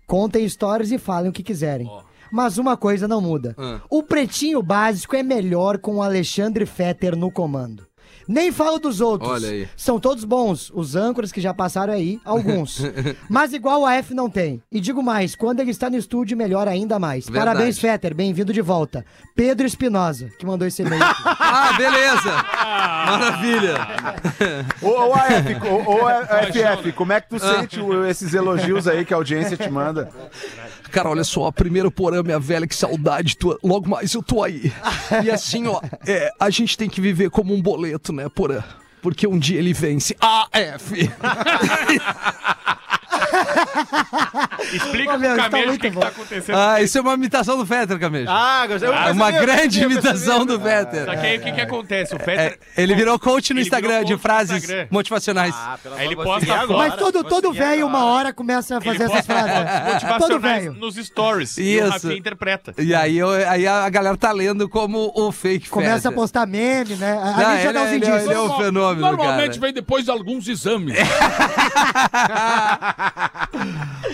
Speaker 7: Contem histórias e falem o que quiserem. Mas uma coisa não muda.
Speaker 2: Ah.
Speaker 7: O pretinho básico é melhor com o Alexandre Fetter no comando. Nem falo dos outros.
Speaker 2: Olha aí.
Speaker 7: São todos bons. Os âncoras que já passaram aí, alguns. Mas igual o AF não tem. E digo mais, quando ele está no estúdio, melhor ainda mais.
Speaker 2: Verdade.
Speaker 7: Parabéns, Fetter. Bem-vindo de volta. Pedro Espinosa, que mandou esse e-mail. aqui.
Speaker 2: Ah, beleza. Maravilha.
Speaker 6: Ô, ô, AF, ô, ô, FF, como é que tu sente o- esses elogios aí que a audiência te manda?
Speaker 2: Cara, olha só, primeiro porã, minha velha, que saudade tua. Logo mais eu tô aí. E assim, ó, é, a gente tem que viver como um boleto, né, porã? Porque um dia ele vence. AF.
Speaker 3: Explica
Speaker 7: Ô, meu,
Speaker 3: pro
Speaker 7: isso tá
Speaker 3: Camejo o
Speaker 7: muito
Speaker 3: que, que
Speaker 7: bom.
Speaker 3: tá acontecendo.
Speaker 2: Ah, isso é uma imitação do Fetter, Camejo.
Speaker 5: Ah, gostei. Eu
Speaker 2: É
Speaker 5: percebi,
Speaker 2: uma
Speaker 5: eu
Speaker 2: grande
Speaker 5: percebi, eu
Speaker 2: imitação
Speaker 5: percebi.
Speaker 2: do Fetter.
Speaker 3: Só que aí o que, que acontece? O
Speaker 2: É,
Speaker 3: Fetter.
Speaker 2: ele virou coach no
Speaker 3: Ele virou
Speaker 2: Instagram
Speaker 3: coach
Speaker 2: de
Speaker 3: no
Speaker 2: frases
Speaker 3: Instagram.
Speaker 2: motivacionais.
Speaker 5: Ah, pelo
Speaker 3: Aí ele
Speaker 5: amor, vou
Speaker 3: posta
Speaker 5: seguir
Speaker 3: a
Speaker 5: agora.
Speaker 7: Mas todo,
Speaker 5: Vou
Speaker 7: todo
Speaker 5: seguir agora.
Speaker 7: velho, uma hora, começa a fazer essas frases. Todo
Speaker 3: Motivacionais
Speaker 7: velho.
Speaker 3: nos stories. E
Speaker 2: Isso.
Speaker 3: o Rafinha interpreta.
Speaker 2: E aí, eu- aí a galera tá lendo como o fake
Speaker 7: Começa a
Speaker 2: Fetter.
Speaker 7: postar meme, né? Ali
Speaker 2: Não,
Speaker 7: já
Speaker 2: ele
Speaker 7: dá uns
Speaker 2: é- ele é-
Speaker 7: indícios. Ah,
Speaker 2: ele é o- um fenômeno,
Speaker 4: Normalmente
Speaker 2: cara. É.
Speaker 4: vem depois de alguns exames.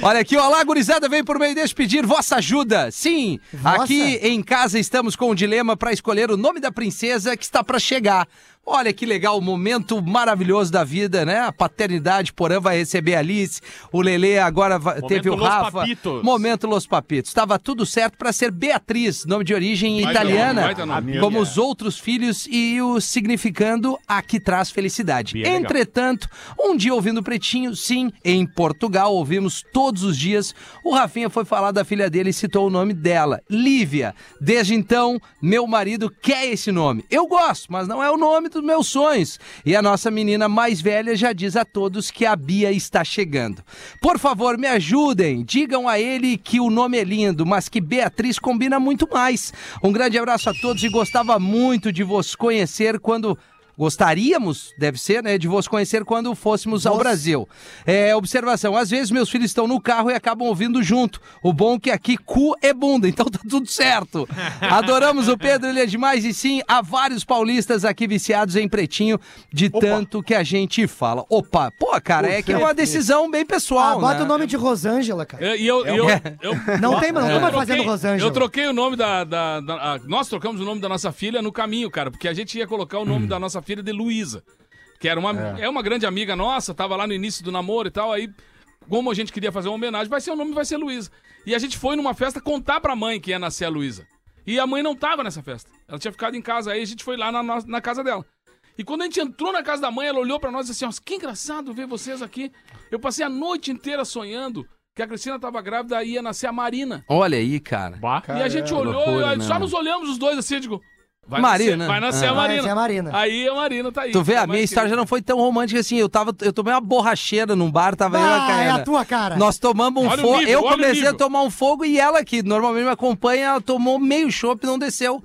Speaker 2: Olha aqui, ó, lá, gurizada, vem por meio deste pedir vossa ajuda. Sim,
Speaker 7: Vossa?
Speaker 2: aqui em casa estamos com um dilema para escolher o nome da princesa que está para chegar. Olha que legal, o momento maravilhoso da vida, né? A paternidade, Porã vai receber a Alice, o Lelê agora va- teve o
Speaker 3: Los
Speaker 2: Rafa.
Speaker 3: Papitos.
Speaker 2: Momento Los Papitos. Estava tudo certo para ser Beatriz, nome de origem
Speaker 4: Baita
Speaker 2: italiana,
Speaker 4: nome, baita nome.
Speaker 2: como os outros filhos e o significando a que traz felicidade.
Speaker 3: Bia, é legal.
Speaker 2: Entre Entretanto, um dia ouvindo o Pretinho, sim, em Portugal, ouvimos todos os dias, o Rafinha foi falar da filha dele e citou o nome dela, Lívia. Desde então, meu marido quer esse nome. Eu gosto, mas não é o nome dos meus sonhos. E a nossa menina mais velha já diz a todos que a Bia está chegando. Por favor, me ajudem. Digam a ele que o nome é lindo, mas que Beatriz combina muito mais. Um grande abraço a todos e gostava muito de vos conhecer quando Gostaríamos, deve ser, né, de vos conhecer quando fôssemos ao Brasil. É, observação, às vezes meus filhos estão no carro e acabam ouvindo junto. O bom é que aqui cu é bunda, então tá tudo certo. Adoramos o Pedro, ele é demais e sim, há vários paulistas aqui viciados em pretinho de tanto que a gente fala. Opa, pô, cara, é que é uma decisão bem
Speaker 7: Ah,
Speaker 2: pessoal,
Speaker 7: bota
Speaker 2: né?
Speaker 7: o nome de Rosângela, cara.
Speaker 4: É, E eu,
Speaker 2: um
Speaker 4: e eu, eu-
Speaker 7: Não tem,
Speaker 2: É.
Speaker 7: mano, não
Speaker 4: Eu
Speaker 7: vai
Speaker 4: troquei-
Speaker 7: fazendo Rosângela.
Speaker 4: Eu troquei o nome da. da- da- a- nós trocamos o nome da nossa filha no caminho, cara, porque a gente ia colocar o
Speaker 7: Hum.
Speaker 4: nome da nossa filha de Luísa, que era uma, é. uma grande amiga nossa, tava lá no início do namoro e tal, aí. Como a gente queria fazer uma homenagem, vai ser o nome, vai ser Luísa. E a gente foi numa festa contar pra mãe que ia nascer a Luísa. E a mãe não tava nessa festa. Ela tinha ficado em casa, aí a gente foi lá na, nossa- na casa dela. E quando a gente entrou na casa da mãe, ela olhou pra nós e disse assim: "Nossa, que engraçado ver vocês aqui. Eu passei a noite inteira sonhando que a Cristina tava grávida e ia nascer a Marina.
Speaker 2: Olha aí, cara.
Speaker 4: e a gente
Speaker 2: Caramba.
Speaker 4: olhou,
Speaker 2: Loucura,
Speaker 4: aí
Speaker 2: né,
Speaker 4: só
Speaker 2: mano?
Speaker 4: nos olhamos os dois assim, eu digo. Vai
Speaker 2: Marina.
Speaker 4: Nascer, vai nascer
Speaker 2: Ah.
Speaker 4: a Marina.
Speaker 7: Vai nascer é a Marina.
Speaker 4: Aí a Marina tá aí.
Speaker 2: Tu vê, a
Speaker 4: Mas
Speaker 2: minha
Speaker 4: que-
Speaker 2: história já não foi tão romântica assim. Eu, tava, eu tomei uma borracheira num bar, tava eu e a
Speaker 7: Ah, é
Speaker 2: Caena.
Speaker 7: a tua cara.
Speaker 2: Nós tomamos um
Speaker 4: Olha o
Speaker 2: fogo.
Speaker 4: nível,
Speaker 2: Eu
Speaker 4: olha o
Speaker 2: comecei a
Speaker 4: nível.
Speaker 2: tomar um fogo e ela, que normalmente me acompanha, ela tomou meio chopp e não desceu.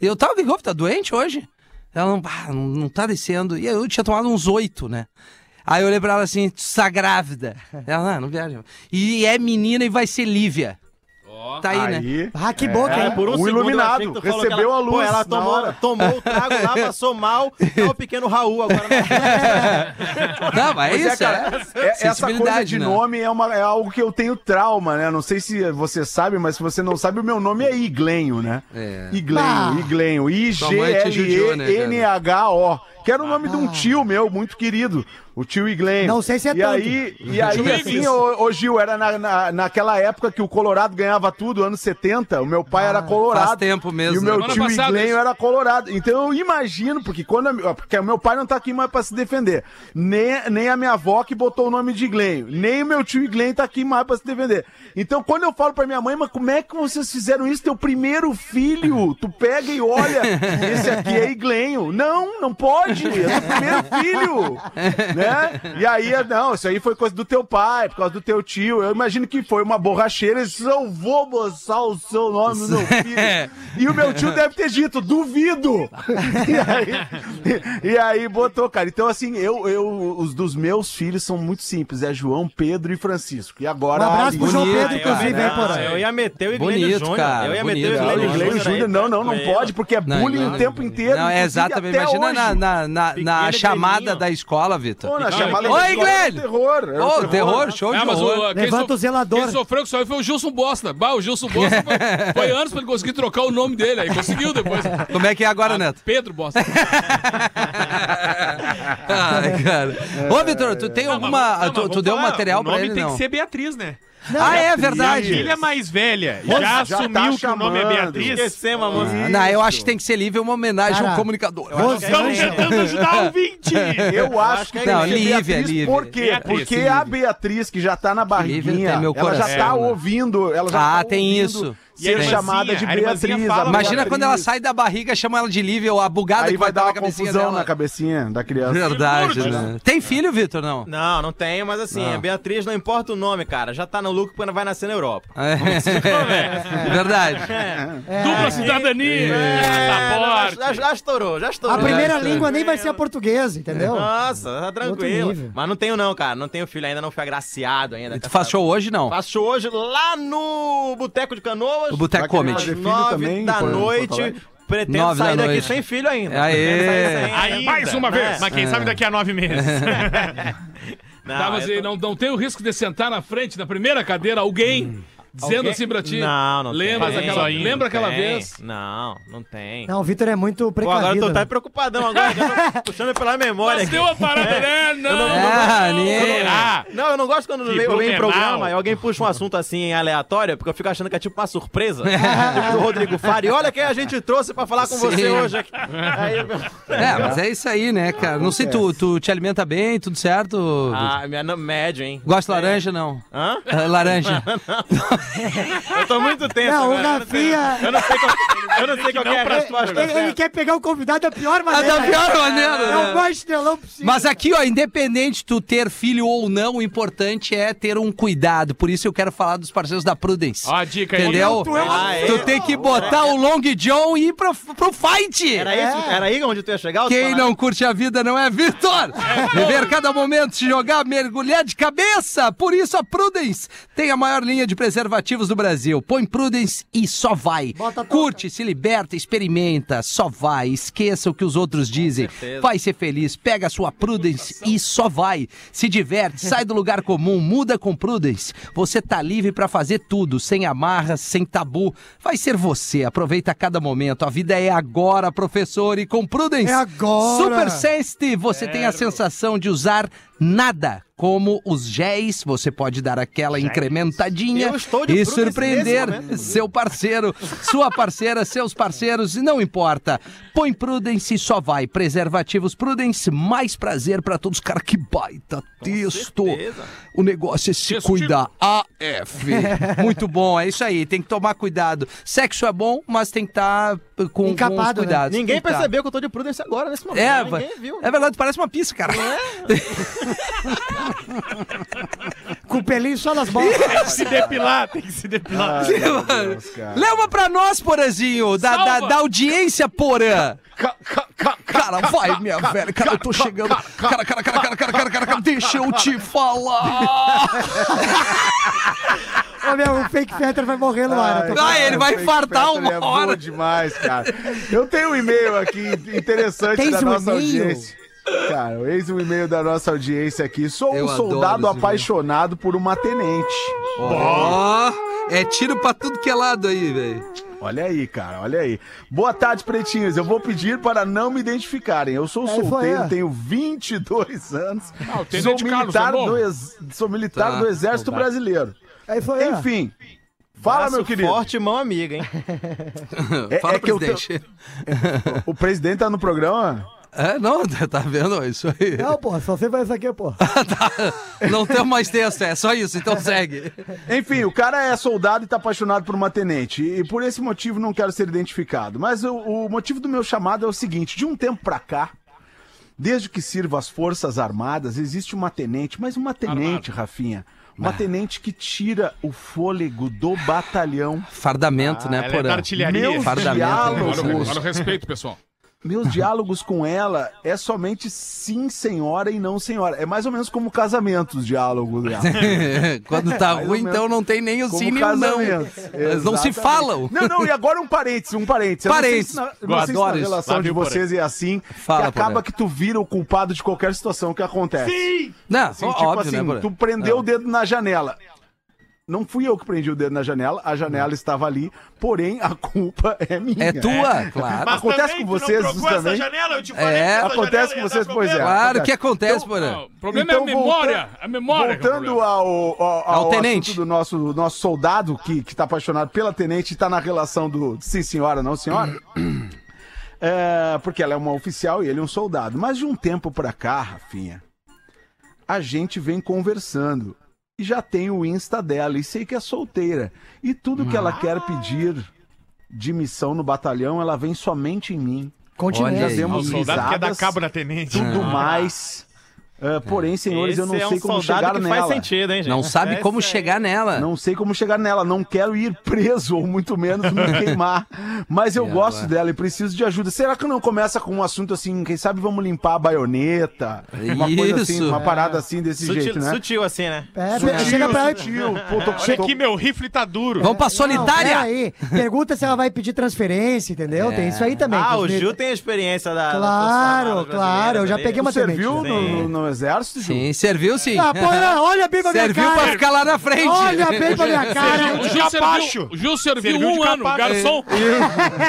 Speaker 2: Eu tava, o que que houve? Tá doente hoje? Ela não, ah, não, não tá descendo. E eu tinha tomado uns oito, né? Aí eu olhei pra ela assim, tu tá grávida. Ela, ah, não viaja. E é menina e vai ser Lívia. Tá aí, né?
Speaker 6: Aí.
Speaker 7: Ah, que boca,
Speaker 5: Cara,
Speaker 7: hein?
Speaker 5: por um,
Speaker 6: Um
Speaker 5: segundo eu
Speaker 6: iluminado,
Speaker 5: achei que tu falou
Speaker 6: recebeu
Speaker 5: que ela-
Speaker 6: a luz
Speaker 5: Pô, ela
Speaker 6: na
Speaker 5: tomou,
Speaker 6: hora.
Speaker 5: tomou o trago lá, passou mal. Tá o pequeno Raul agora. na-
Speaker 2: Não, mas é isso, é.
Speaker 6: É- essa coisa de
Speaker 2: né?
Speaker 6: nome é, uma, é algo que eu tenho trauma, né? Não sei se você sabe, mas se você não sabe, o meu nome é Iglenho, né?
Speaker 2: É.
Speaker 6: Iglenho,
Speaker 7: Ah.
Speaker 6: Iglenho.
Speaker 2: Tua mãe te judiou, né, cara? Ah.
Speaker 6: I-G-L-E-N-H-O. que era o nome de um tio meu, muito querido, o tio Iglen.
Speaker 7: Não sei se é
Speaker 6: e
Speaker 7: tanto.
Speaker 6: Aí, e aí,
Speaker 4: Igles.
Speaker 6: assim, ô, ô Gil, era na, na- naquela época que o Colorado ganhava tudo, anos 70, o meu pai era colorado.
Speaker 2: Ah, faz tempo mesmo,
Speaker 6: E o meu
Speaker 4: né?
Speaker 6: tio
Speaker 4: Semana passada
Speaker 6: Iglen
Speaker 4: isso.
Speaker 6: era colorado. Então eu imagino, porque quando. a mi- ó, Porque o meu pai não tá aqui mais pra se defender. Nem, nem a minha avó que botou o nome de Iglen. Nem o meu tio Iglen tá aqui mais pra se defender. Então quando eu falo pra minha mãe, mas como é que vocês fizeram isso? Teu primeiro filho, tu pega e olha, esse aqui é Iglenho. Não, não pode, é teu primeiro filho. Né? E aí, não, isso aí foi coisa do teu pai, por causa do teu tio. Eu imagino que foi uma borracheira. Eles disse, eu vou boçar o seu nome no meu filho. E o meu tio deve ter dito, duvido! E aí, e aí botou, cara. Então, assim, eu, eu, os dos meus filhos são muito simples: é João, Pedro e Francisco. E
Speaker 7: Um
Speaker 6: agora.
Speaker 7: abraço pro João
Speaker 2: Bonito,
Speaker 7: Pedro, inclusive,
Speaker 2: cara.
Speaker 7: aí, porra.
Speaker 5: eu ia meter o Iglesias
Speaker 2: Bonito,
Speaker 5: Júnior.
Speaker 2: cara,
Speaker 5: eu ia
Speaker 2: bonito.
Speaker 5: meter o
Speaker 6: Não,
Speaker 5: Iglesias
Speaker 2: Igleio
Speaker 6: Iglesias
Speaker 5: Júnior. aí,
Speaker 6: Júnior, não, não, não
Speaker 5: tranquilo.
Speaker 6: pode, porque é
Speaker 2: Não,
Speaker 6: bullying
Speaker 2: não,
Speaker 6: o tempo inteiro.
Speaker 2: Não, é
Speaker 6: inclusive,
Speaker 2: exatamente.
Speaker 6: até
Speaker 2: Imagina na,
Speaker 6: hoje.
Speaker 2: na, na, na
Speaker 5: Pequeno
Speaker 2: chamada
Speaker 5: Igleninho.
Speaker 2: da escola, Vitor.
Speaker 6: Pô, na chamada
Speaker 2: Oi,
Speaker 6: da escola era
Speaker 2: Glenn!
Speaker 6: terror, era
Speaker 2: Ô, terror, show
Speaker 3: É,
Speaker 2: de
Speaker 4: Ah, mas
Speaker 2: horror.
Speaker 4: o, quem
Speaker 7: Levanta o zelador.
Speaker 4: Quem sofreu com isso aí foi o Gilson Bosta. Bah, o Gilson Bosta foi, foi anos pra ele conseguir trocar o nome dele. Aí conseguiu depois.
Speaker 2: Como é que é
Speaker 6: Ah.
Speaker 2: agora, Neto?
Speaker 4: Pedro Bosta.
Speaker 2: Ai, cara.
Speaker 6: É.
Speaker 2: Ô, Vitor, tu tem alguma.
Speaker 3: Não, mas
Speaker 2: tu tu
Speaker 3: vamos
Speaker 2: deu um
Speaker 3: falar,
Speaker 2: material
Speaker 3: o
Speaker 2: pra
Speaker 3: nome
Speaker 2: ele,
Speaker 3: tem
Speaker 2: não?
Speaker 3: que ser Beatriz, né?
Speaker 2: Ah, é
Speaker 3: A
Speaker 2: verdade.
Speaker 3: filha mais velha já,
Speaker 6: Nossa, já tá
Speaker 3: assumiu que o nome é
Speaker 6: chamando.
Speaker 3: Beatriz.
Speaker 5: Esquecemos a música.
Speaker 2: Ah, Não, eu acho que tem que ser livre uma homenagem
Speaker 7: Cara,
Speaker 2: ao comunicador. Eu acho que-
Speaker 6: é
Speaker 3: Estamos
Speaker 7: Rosângela.
Speaker 3: tentando ajudar o ouvinte.
Speaker 6: Eu acho que
Speaker 2: Não,
Speaker 6: tem que ser
Speaker 2: Lívia,
Speaker 6: Beatriz,
Speaker 2: Lívia.
Speaker 6: Por quê?
Speaker 3: Beatriz,
Speaker 6: Porque
Speaker 2: Lívia.
Speaker 6: a Beatriz, que já tá na
Speaker 2: Lívia
Speaker 6: barriguinha,
Speaker 2: tem meu
Speaker 6: ela já
Speaker 2: coração,
Speaker 6: tá
Speaker 2: né?
Speaker 6: ouvindo, ela já
Speaker 2: Ah,
Speaker 6: tá
Speaker 2: tem
Speaker 6: ouvindo
Speaker 2: isso.
Speaker 3: E a
Speaker 6: Ser
Speaker 3: irmãzinha,
Speaker 6: chamada de
Speaker 3: a irmãzinha
Speaker 6: Beatriz.
Speaker 3: fala,
Speaker 6: a
Speaker 2: Imagina
Speaker 6: Beatriz.
Speaker 2: quando ela sai da barriga, chama ela de Lívia ou a bugada
Speaker 6: Aí
Speaker 2: que vai
Speaker 6: vai
Speaker 2: dar
Speaker 6: dar
Speaker 2: na
Speaker 6: uma
Speaker 2: cabecinha
Speaker 6: confusão na
Speaker 2: dela.
Speaker 6: cabecinha da criança.
Speaker 2: Verdade, né? Tem filho, Vitor, não?
Speaker 5: Não, não tem, mas assim, a Beatriz não importa o nome, cara. Já tá no lucro quando vai nascer na Europa.
Speaker 2: É.
Speaker 3: assim?
Speaker 2: Verdade.
Speaker 4: Dupla cidadania. Tá
Speaker 5: já,
Speaker 2: tá
Speaker 4: Passaporte.
Speaker 5: É, já, já estourou, já estourou.
Speaker 7: A primeira
Speaker 2: É,
Speaker 7: língua nem
Speaker 5: né?
Speaker 7: vai ser a portuguesa, entendeu?
Speaker 5: Nossa, tá
Speaker 7: Outro nível.
Speaker 5: tranquilo. Mas não tenho não, cara. Não tenho filho ainda, não fui agraciado ainda.
Speaker 2: E Tu faz show hoje, não?
Speaker 5: Faço show hoje lá no Boteco de Canoas.
Speaker 2: O Boteco
Speaker 6: Vai querer
Speaker 2: Comedy.
Speaker 6: fazer filho
Speaker 5: Nove
Speaker 6: também,
Speaker 5: da
Speaker 6: pô,
Speaker 5: noite.
Speaker 6: Porto Alegre.
Speaker 5: Pretendo
Speaker 2: Nove da
Speaker 5: sair daqui
Speaker 2: noite.
Speaker 5: sem filho ainda.
Speaker 2: Aê.
Speaker 5: Pretendo sair sem ainda.
Speaker 3: Ainda, Mais uma
Speaker 5: né?
Speaker 3: vez. Mas quem sabe daqui a nove meses.
Speaker 5: Não,
Speaker 4: É. Tá, mas
Speaker 5: eu
Speaker 4: aí
Speaker 5: tô-
Speaker 4: não, não tem o risco de sentar na frente, na primeira cadeira, alguém dizendo assim pra ti.
Speaker 5: Não, não
Speaker 4: lembra
Speaker 5: tem.
Speaker 4: daquela,
Speaker 3: Tem.
Speaker 4: Lembra aquela
Speaker 5: Tem.
Speaker 4: vez?
Speaker 5: Não, não tem.
Speaker 7: Não, o Vitor é muito
Speaker 5: Pô, agora eu
Speaker 7: precavido.
Speaker 5: tô
Speaker 6: né?
Speaker 5: até preocupadão agora. que eu tô puxando pela memória
Speaker 4: Mas
Speaker 5: aqui. É.
Speaker 4: deu uma parada, né?
Speaker 6: É.
Speaker 4: Não, não,
Speaker 2: Ah, né?
Speaker 3: Ah,
Speaker 5: Não, eu não gosto quando
Speaker 3: Que
Speaker 5: vem- eu venho em
Speaker 3: Blumenau.
Speaker 5: programa e alguém puxa um assunto assim aleatório, porque eu fico achando que é tipo uma surpresa. tipo do Rodrigo Fari. Olha quem a gente trouxe pra falar com você
Speaker 2: Sim.
Speaker 5: hoje aqui. Aí eu-
Speaker 2: É, mas é isso aí, né, cara? Não sei, tu, tu te alimenta bem, tudo certo? Vitor?
Speaker 5: Ah, minha não, médio, hein?
Speaker 2: Gosta de laranja, não?
Speaker 5: Hã?
Speaker 2: Ah, laranja.
Speaker 5: Eu tô muito tenso.
Speaker 7: Não, o
Speaker 5: agora, eu não sei-
Speaker 7: Rafinha-
Speaker 5: Eu não sei qual, eu não sei qual que é a resposta.
Speaker 7: Ele,
Speaker 4: né?
Speaker 7: ele quer pegar o convidado da pior
Speaker 2: Ah,
Speaker 7: maneira.
Speaker 2: da pior maneira,
Speaker 7: É o
Speaker 2: né?
Speaker 7: mais chinelão possível.
Speaker 2: Mas aqui, ó, independente tu ter filho ou não, o importante é ter um cuidado. Por isso eu quero falar dos parceiros da Prudence.
Speaker 4: Ó, a dica aí.
Speaker 2: Entendeu?
Speaker 7: tu é uma-
Speaker 5: Ah, é?
Speaker 2: Tu tem que botar o Long John e ir pro, pro fight.
Speaker 5: Era, isso,
Speaker 6: É.
Speaker 5: era aí onde tu ia chegar? ou tu
Speaker 2: Quem
Speaker 5: falava-
Speaker 2: não curte a vida não é Vitor! Viver cada momento, se jogar, mergulhar de cabeça! Por isso a Prudence tem a maior linha de preservativos do Brasil. Põe Prudence e só vai.
Speaker 7: Bota a touca.
Speaker 2: curte, se liberta, experimenta, só vai. Esqueça o que os outros dizem. Vai ser feliz, pega a sua Prudence e só vai. Se diverte, sai do lugar comum, muda com Prudence. Você tá livre pra fazer tudo, sem amarras, sem tabu. Vai ser você, aproveita cada momento. A vida é agora, professor, e com Prudence.
Speaker 7: É agora.
Speaker 2: Super Sense, você tem a sensação de usar nada, como os géis, você pode dar aquela incrementadinha
Speaker 5: Eu estou de
Speaker 2: e
Speaker 5: Prudence
Speaker 2: surpreender
Speaker 5: nesse momento.
Speaker 2: seu parceiro, sua parceira, seus parceiros, e não importa. Põe Prudence e só vai. Preservativos Prudence, mais prazer pra todos. Cara, que baita texto.
Speaker 5: certeza.
Speaker 2: O negócio é se cuidar. AF. Muito bom, é isso aí. Tem que tomar cuidado. Sexo é bom, mas tem que estar com, com os
Speaker 7: Encapado, né?
Speaker 2: cuidados.
Speaker 5: Ninguém
Speaker 2: Tem
Speaker 6: Então.
Speaker 2: que tá.
Speaker 5: percebeu que eu tô de prudência agora, nesse momento.
Speaker 2: É,
Speaker 5: Ninguém
Speaker 2: vai-
Speaker 5: viu.
Speaker 6: né?
Speaker 2: é verdade, parece uma pista, cara.
Speaker 6: É?
Speaker 7: Com o pelinho só nas bolas.
Speaker 3: se depilar, tem que se depilar.
Speaker 6: Ai, meu Deus, cara.
Speaker 2: Lê uma pra nós, Porazinho, da, da,
Speaker 4: Salva!
Speaker 2: da audiência, Porã.
Speaker 6: Ca- ca- ca- ca-
Speaker 2: Cara, vai, minha velha. Cara, eu tô chegando. Cara, cara, cara, cara, cara, cara, cara, cara, deixa eu te falar.
Speaker 7: Ô, meu, o fake fetter vai morrer no ar. eu tô-
Speaker 2: Ah, ele vai
Speaker 6: Fake
Speaker 2: infartar
Speaker 6: Fetter
Speaker 2: uma
Speaker 6: é
Speaker 2: hora.
Speaker 6: bom demais, cara. Eu tenho um e-mail aqui interessante
Speaker 7: Tens
Speaker 6: da
Speaker 7: um
Speaker 6: nossa
Speaker 7: e-mail?
Speaker 6: audiência. Cara, eis um e-mail da nossa audiência aqui. Sou
Speaker 2: Eu
Speaker 6: um
Speaker 2: adoro
Speaker 6: soldado
Speaker 2: esse e-mail.
Speaker 6: apaixonado por uma tenente.
Speaker 2: Ó, é tiro pra tudo que é lado aí, velho.
Speaker 6: Olha aí, cara, olha aí. Boa tarde, pretinhos. Eu vou pedir para não me identificarem. Eu sou
Speaker 7: Aí foi,
Speaker 6: solteiro,
Speaker 7: é.
Speaker 6: tenho 22 anos.
Speaker 4: Ah, o
Speaker 6: sou,
Speaker 4: Tenente Carlos,
Speaker 6: militar
Speaker 4: é novo.
Speaker 6: do ex- sou militar
Speaker 2: Tá,
Speaker 6: do Exército
Speaker 2: soldado.
Speaker 6: Brasileiro.
Speaker 7: Aí foi, ó.
Speaker 6: Enfim, fala,
Speaker 5: Braço
Speaker 6: meu querido.
Speaker 5: forte, mão amiga, hein?
Speaker 6: É-
Speaker 2: Fala,
Speaker 6: é que eu tenho-
Speaker 2: presidente.
Speaker 6: O presidente tá no programa?
Speaker 2: É, não, tá vendo? É Isso aí.
Speaker 7: Não, pô, só você faz isso aqui, pô.
Speaker 2: Não tem mais texto, é só isso, então segue.
Speaker 6: Enfim, o cara é soldado e tá apaixonado por uma tenente. E por esse motivo não quero ser identificado. Mas o, o motivo do meu chamado é o seguinte: de um tempo pra cá, desde que sirvo as Forças Armadas, existe uma tenente, mas uma tenente, Rafinha. Uma tenente que tira o fôlego do batalhão.
Speaker 2: Fardamento, né,
Speaker 3: ela é
Speaker 2: Porã?
Speaker 3: da artilharia.
Speaker 6: Meus
Speaker 2: Fardamento,
Speaker 6: diálogos,
Speaker 4: Olha, o- olha o respeito, pessoal.
Speaker 6: meus diálogos com ela é somente sim, senhora e não, senhora. É mais ou menos como casamento os diálogos dela.
Speaker 2: Quando tá
Speaker 6: Mais ou
Speaker 2: ruim,
Speaker 6: menos.
Speaker 2: então não tem nem o
Speaker 6: Como
Speaker 2: sim nem o não.
Speaker 6: casamentos.
Speaker 2: Eles não se
Speaker 6: Exatamente.
Speaker 2: falam.
Speaker 6: Não, não, e agora um parênteses, um parênteses. Eu
Speaker 2: Parênteses.
Speaker 6: Não sei se
Speaker 2: Eu
Speaker 6: na, não sei se na
Speaker 2: adoro isso.
Speaker 6: relação
Speaker 3: Lá
Speaker 6: de
Speaker 3: viu, Porã.
Speaker 6: vocês é assim,
Speaker 2: Fala,
Speaker 6: que acaba
Speaker 2: Porã.
Speaker 6: que tu vira o culpado de qualquer situação que acontece.
Speaker 2: Não,
Speaker 6: Assim,
Speaker 2: ó,
Speaker 6: tipo
Speaker 2: óbvio,
Speaker 6: assim,
Speaker 2: né, Porã?
Speaker 6: tu prendeu o dedo na janela. Não fui eu que prendi o dedo na janela, a janela estava ali, porém a culpa é minha.
Speaker 2: É tua, claro.
Speaker 6: Mas acontece com vocês,
Speaker 3: tu não trocou
Speaker 6: justamente?
Speaker 3: essa janela, eu te
Speaker 2: É,
Speaker 3: falei que essa
Speaker 6: acontece
Speaker 3: janela
Speaker 6: com
Speaker 3: ia dar
Speaker 6: vocês, pois
Speaker 3: problema.
Speaker 6: é.
Speaker 2: Claro que acontece,
Speaker 4: Não,
Speaker 2: Porã.
Speaker 4: o problema é a memória.
Speaker 6: Então, volta-
Speaker 4: a memória. que é o
Speaker 6: Voltando
Speaker 4: problema.
Speaker 6: ao, ao, ao
Speaker 2: Ao tenente.
Speaker 6: assunto do nosso, do nosso soldado que, que tá apaixonado pela tenente e tá na relação do sim senhora, não senhora. É, porque ela é uma oficial e ele é um soldado. Mas de um tempo pra cá, Rafinha, a gente vem conversando. E já tem o Insta dela e sei que é solteira. E tudo que ela quer pedir de missão no batalhão, ela vem somente em mim.
Speaker 7: Continua.
Speaker 2: Olha aí.
Speaker 6: Fazemos
Speaker 3: O soldado
Speaker 5: é
Speaker 3: quer dar
Speaker 6: risadas
Speaker 3: cabo na é tenente.
Speaker 6: tudo mais. É, porém, senhores, eu não
Speaker 5: Esse é
Speaker 6: sei
Speaker 5: um
Speaker 6: como
Speaker 5: soldado
Speaker 6: chegar
Speaker 5: que
Speaker 6: nela.
Speaker 5: faz sentido, hein, gente?
Speaker 2: Não sabe
Speaker 5: Essa
Speaker 2: como
Speaker 5: é-
Speaker 2: chegar nela.
Speaker 6: Não sei como chegar nela, não quero ir preso ou muito menos me queimar, mas eu
Speaker 2: E
Speaker 6: gosto
Speaker 2: agora?
Speaker 6: dela e preciso de ajuda. Será que não começa com um assunto assim, quem sabe vamos limpar a baioneta, uma coisa assim,
Speaker 2: Isso.
Speaker 6: uma parada assim desse
Speaker 5: É. Sutil,
Speaker 6: jeito, né?
Speaker 5: sutil assim, né?
Speaker 7: É,
Speaker 6: Sutil,
Speaker 7: chega pra ela.
Speaker 6: sutil. Pô, tô-
Speaker 3: Olha
Speaker 6: tô-
Speaker 3: aqui, meu rifle tá duro.
Speaker 2: Vamos pra
Speaker 7: é, Não,
Speaker 2: solitária!
Speaker 7: peraí. Pergunta se ela vai pedir transferência, entendeu? Tem isso
Speaker 6: Tá
Speaker 7: aí também.
Speaker 5: Ah,
Speaker 7: que
Speaker 5: o
Speaker 7: os
Speaker 5: Gil
Speaker 7: militares-
Speaker 5: tem a experiência da. da Força Armada
Speaker 7: Claro,
Speaker 5: Brasileira
Speaker 7: claro. Eu já
Speaker 5: também.
Speaker 7: peguei uma
Speaker 6: Tu serviu
Speaker 7: tenente, né?
Speaker 6: no, no exército, Ju?
Speaker 2: Sim, serviu sim.
Speaker 7: Ah, porra, olha bem pra minha
Speaker 2: Serviu
Speaker 7: cara.
Speaker 2: pra ficar lá na frente.
Speaker 7: Olha bem pra minha cara.
Speaker 4: O Gil serviu,
Speaker 3: capacho.
Speaker 4: o Gil serviu,
Speaker 3: Serviu de
Speaker 4: um ano,
Speaker 3: capacho.
Speaker 4: garçom.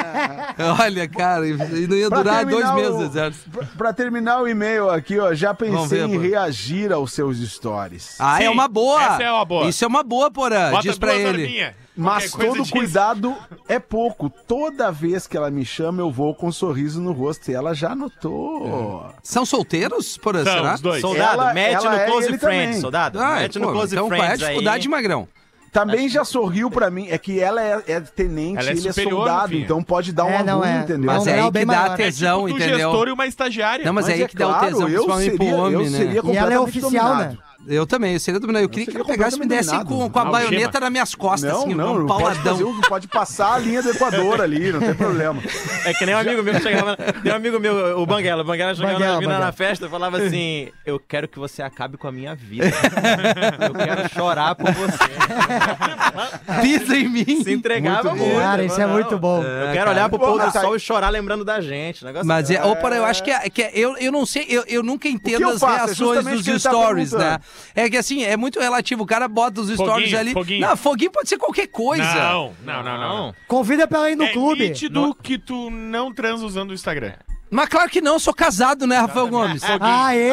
Speaker 2: Olha, cara, e não ia
Speaker 6: Pra
Speaker 2: durar dois
Speaker 6: terminar
Speaker 2: meses né?
Speaker 6: o-
Speaker 2: o exército.
Speaker 6: pra- Pra terminar o e-mail aqui, ó, já
Speaker 2: Vamos
Speaker 6: pensei
Speaker 2: ver,
Speaker 6: em
Speaker 2: pô.
Speaker 6: reagir aos seus stories.
Speaker 2: Ah, é
Speaker 3: Sim,
Speaker 2: uma boa.
Speaker 3: essa é uma boa.
Speaker 2: Isso é uma boa, Porã.
Speaker 3: Bota
Speaker 2: Diz pra
Speaker 3: duas
Speaker 2: ele.
Speaker 3: arminhas.
Speaker 6: Mas
Speaker 3: Qualquer coisa
Speaker 6: todo
Speaker 3: diz.
Speaker 6: cuidado é pouco. Toda vez que ela me chama, eu vou com um sorriso no rosto. E ela já notou.
Speaker 2: São solteiros, Porã,
Speaker 3: São,
Speaker 2: será?
Speaker 3: os dois.
Speaker 5: Soldado,
Speaker 6: Ela-
Speaker 5: mete
Speaker 6: ela
Speaker 5: no
Speaker 6: é
Speaker 5: Close
Speaker 6: ele
Speaker 5: Friends,
Speaker 6: também.
Speaker 5: soldado.
Speaker 2: Ah,
Speaker 5: mete no
Speaker 2: pô,
Speaker 5: Close
Speaker 2: então qual é a
Speaker 5: Friends
Speaker 2: dificuldade,
Speaker 5: aí.
Speaker 2: Magrão?
Speaker 6: Também já sorriu pra mim. É que ela é, é tenente,
Speaker 3: Ela é
Speaker 6: ele é
Speaker 3: superior,
Speaker 6: soldado,
Speaker 3: Rafinha.
Speaker 6: então pode dar um
Speaker 7: É, não
Speaker 6: aluno,
Speaker 7: é.
Speaker 6: entendeu?
Speaker 2: Mas
Speaker 7: um
Speaker 2: é
Speaker 7: grau
Speaker 2: aí que dá
Speaker 7: bem maior.
Speaker 2: a
Speaker 7: É tipo
Speaker 2: tesão,
Speaker 3: um gestor
Speaker 2: entendeu?
Speaker 3: e uma estagiária.
Speaker 2: Não, mas, é aí que dá o tesão,
Speaker 6: eu
Speaker 2: principalmente pro
Speaker 6: seria,
Speaker 2: homem,
Speaker 6: eu
Speaker 2: né?
Speaker 6: seria
Speaker 7: E ela é
Speaker 6: completamente
Speaker 7: oficial,
Speaker 6: dominado.
Speaker 7: né?
Speaker 2: Eu também, eu seria dominado. Eu queria que
Speaker 6: seria
Speaker 2: ela pegasse e me desse
Speaker 6: completamente
Speaker 2: com,
Speaker 6: dominado.
Speaker 2: com a
Speaker 3: Não,
Speaker 2: baioneta
Speaker 3: gema.
Speaker 2: nas minhas costas,
Speaker 6: Não,
Speaker 2: assim,
Speaker 6: não,
Speaker 2: um
Speaker 6: pode,
Speaker 2: pauladão.
Speaker 6: fazer o- pode passar a linha do Equador ali, não tem problema.
Speaker 5: É que nem um amigo meu que chegava. Tem um amigo meu, o Banguela. O Banguela chegava
Speaker 7: Banguela,
Speaker 5: na, mina
Speaker 7: Banguela.
Speaker 5: na festa e falava assim: Eu quero que você acabe com a minha vida. Eu quero chorar por você.
Speaker 2: Pisa em mim.
Speaker 5: Se entregava
Speaker 6: Muito bom.
Speaker 5: muito.
Speaker 7: Cara, isso é
Speaker 5: não.
Speaker 7: muito bom.
Speaker 3: Ah,
Speaker 5: Eu quero olhar pro
Speaker 6: Porra,
Speaker 5: pôr do
Speaker 6: tá-
Speaker 5: sol e chorar lembrando da gente. Negócio
Speaker 2: Mas
Speaker 5: assim,
Speaker 2: é, ô, Porã, eu acho que, é, que é- eu, eu não sei, eu, eu nunca entendo
Speaker 6: eu
Speaker 2: as
Speaker 6: faço? É
Speaker 2: reações
Speaker 6: justamente o que ele
Speaker 2: dos
Speaker 6: tá
Speaker 2: stories, né?
Speaker 6: perguntando.
Speaker 2: É que assim, é muito relativo. O cara bota os stories
Speaker 3: Foguinho,
Speaker 2: ali.
Speaker 3: foguinho.
Speaker 2: Não, foguinho pode ser qualquer coisa.
Speaker 3: Não, não, não, não.
Speaker 7: Convida pra ela ir no
Speaker 3: é
Speaker 7: clube.
Speaker 3: nítido que tu não transa usando o Instagram.
Speaker 2: Mas claro que não, eu sou casado, né, Rafael Gomes?
Speaker 7: Ah, é?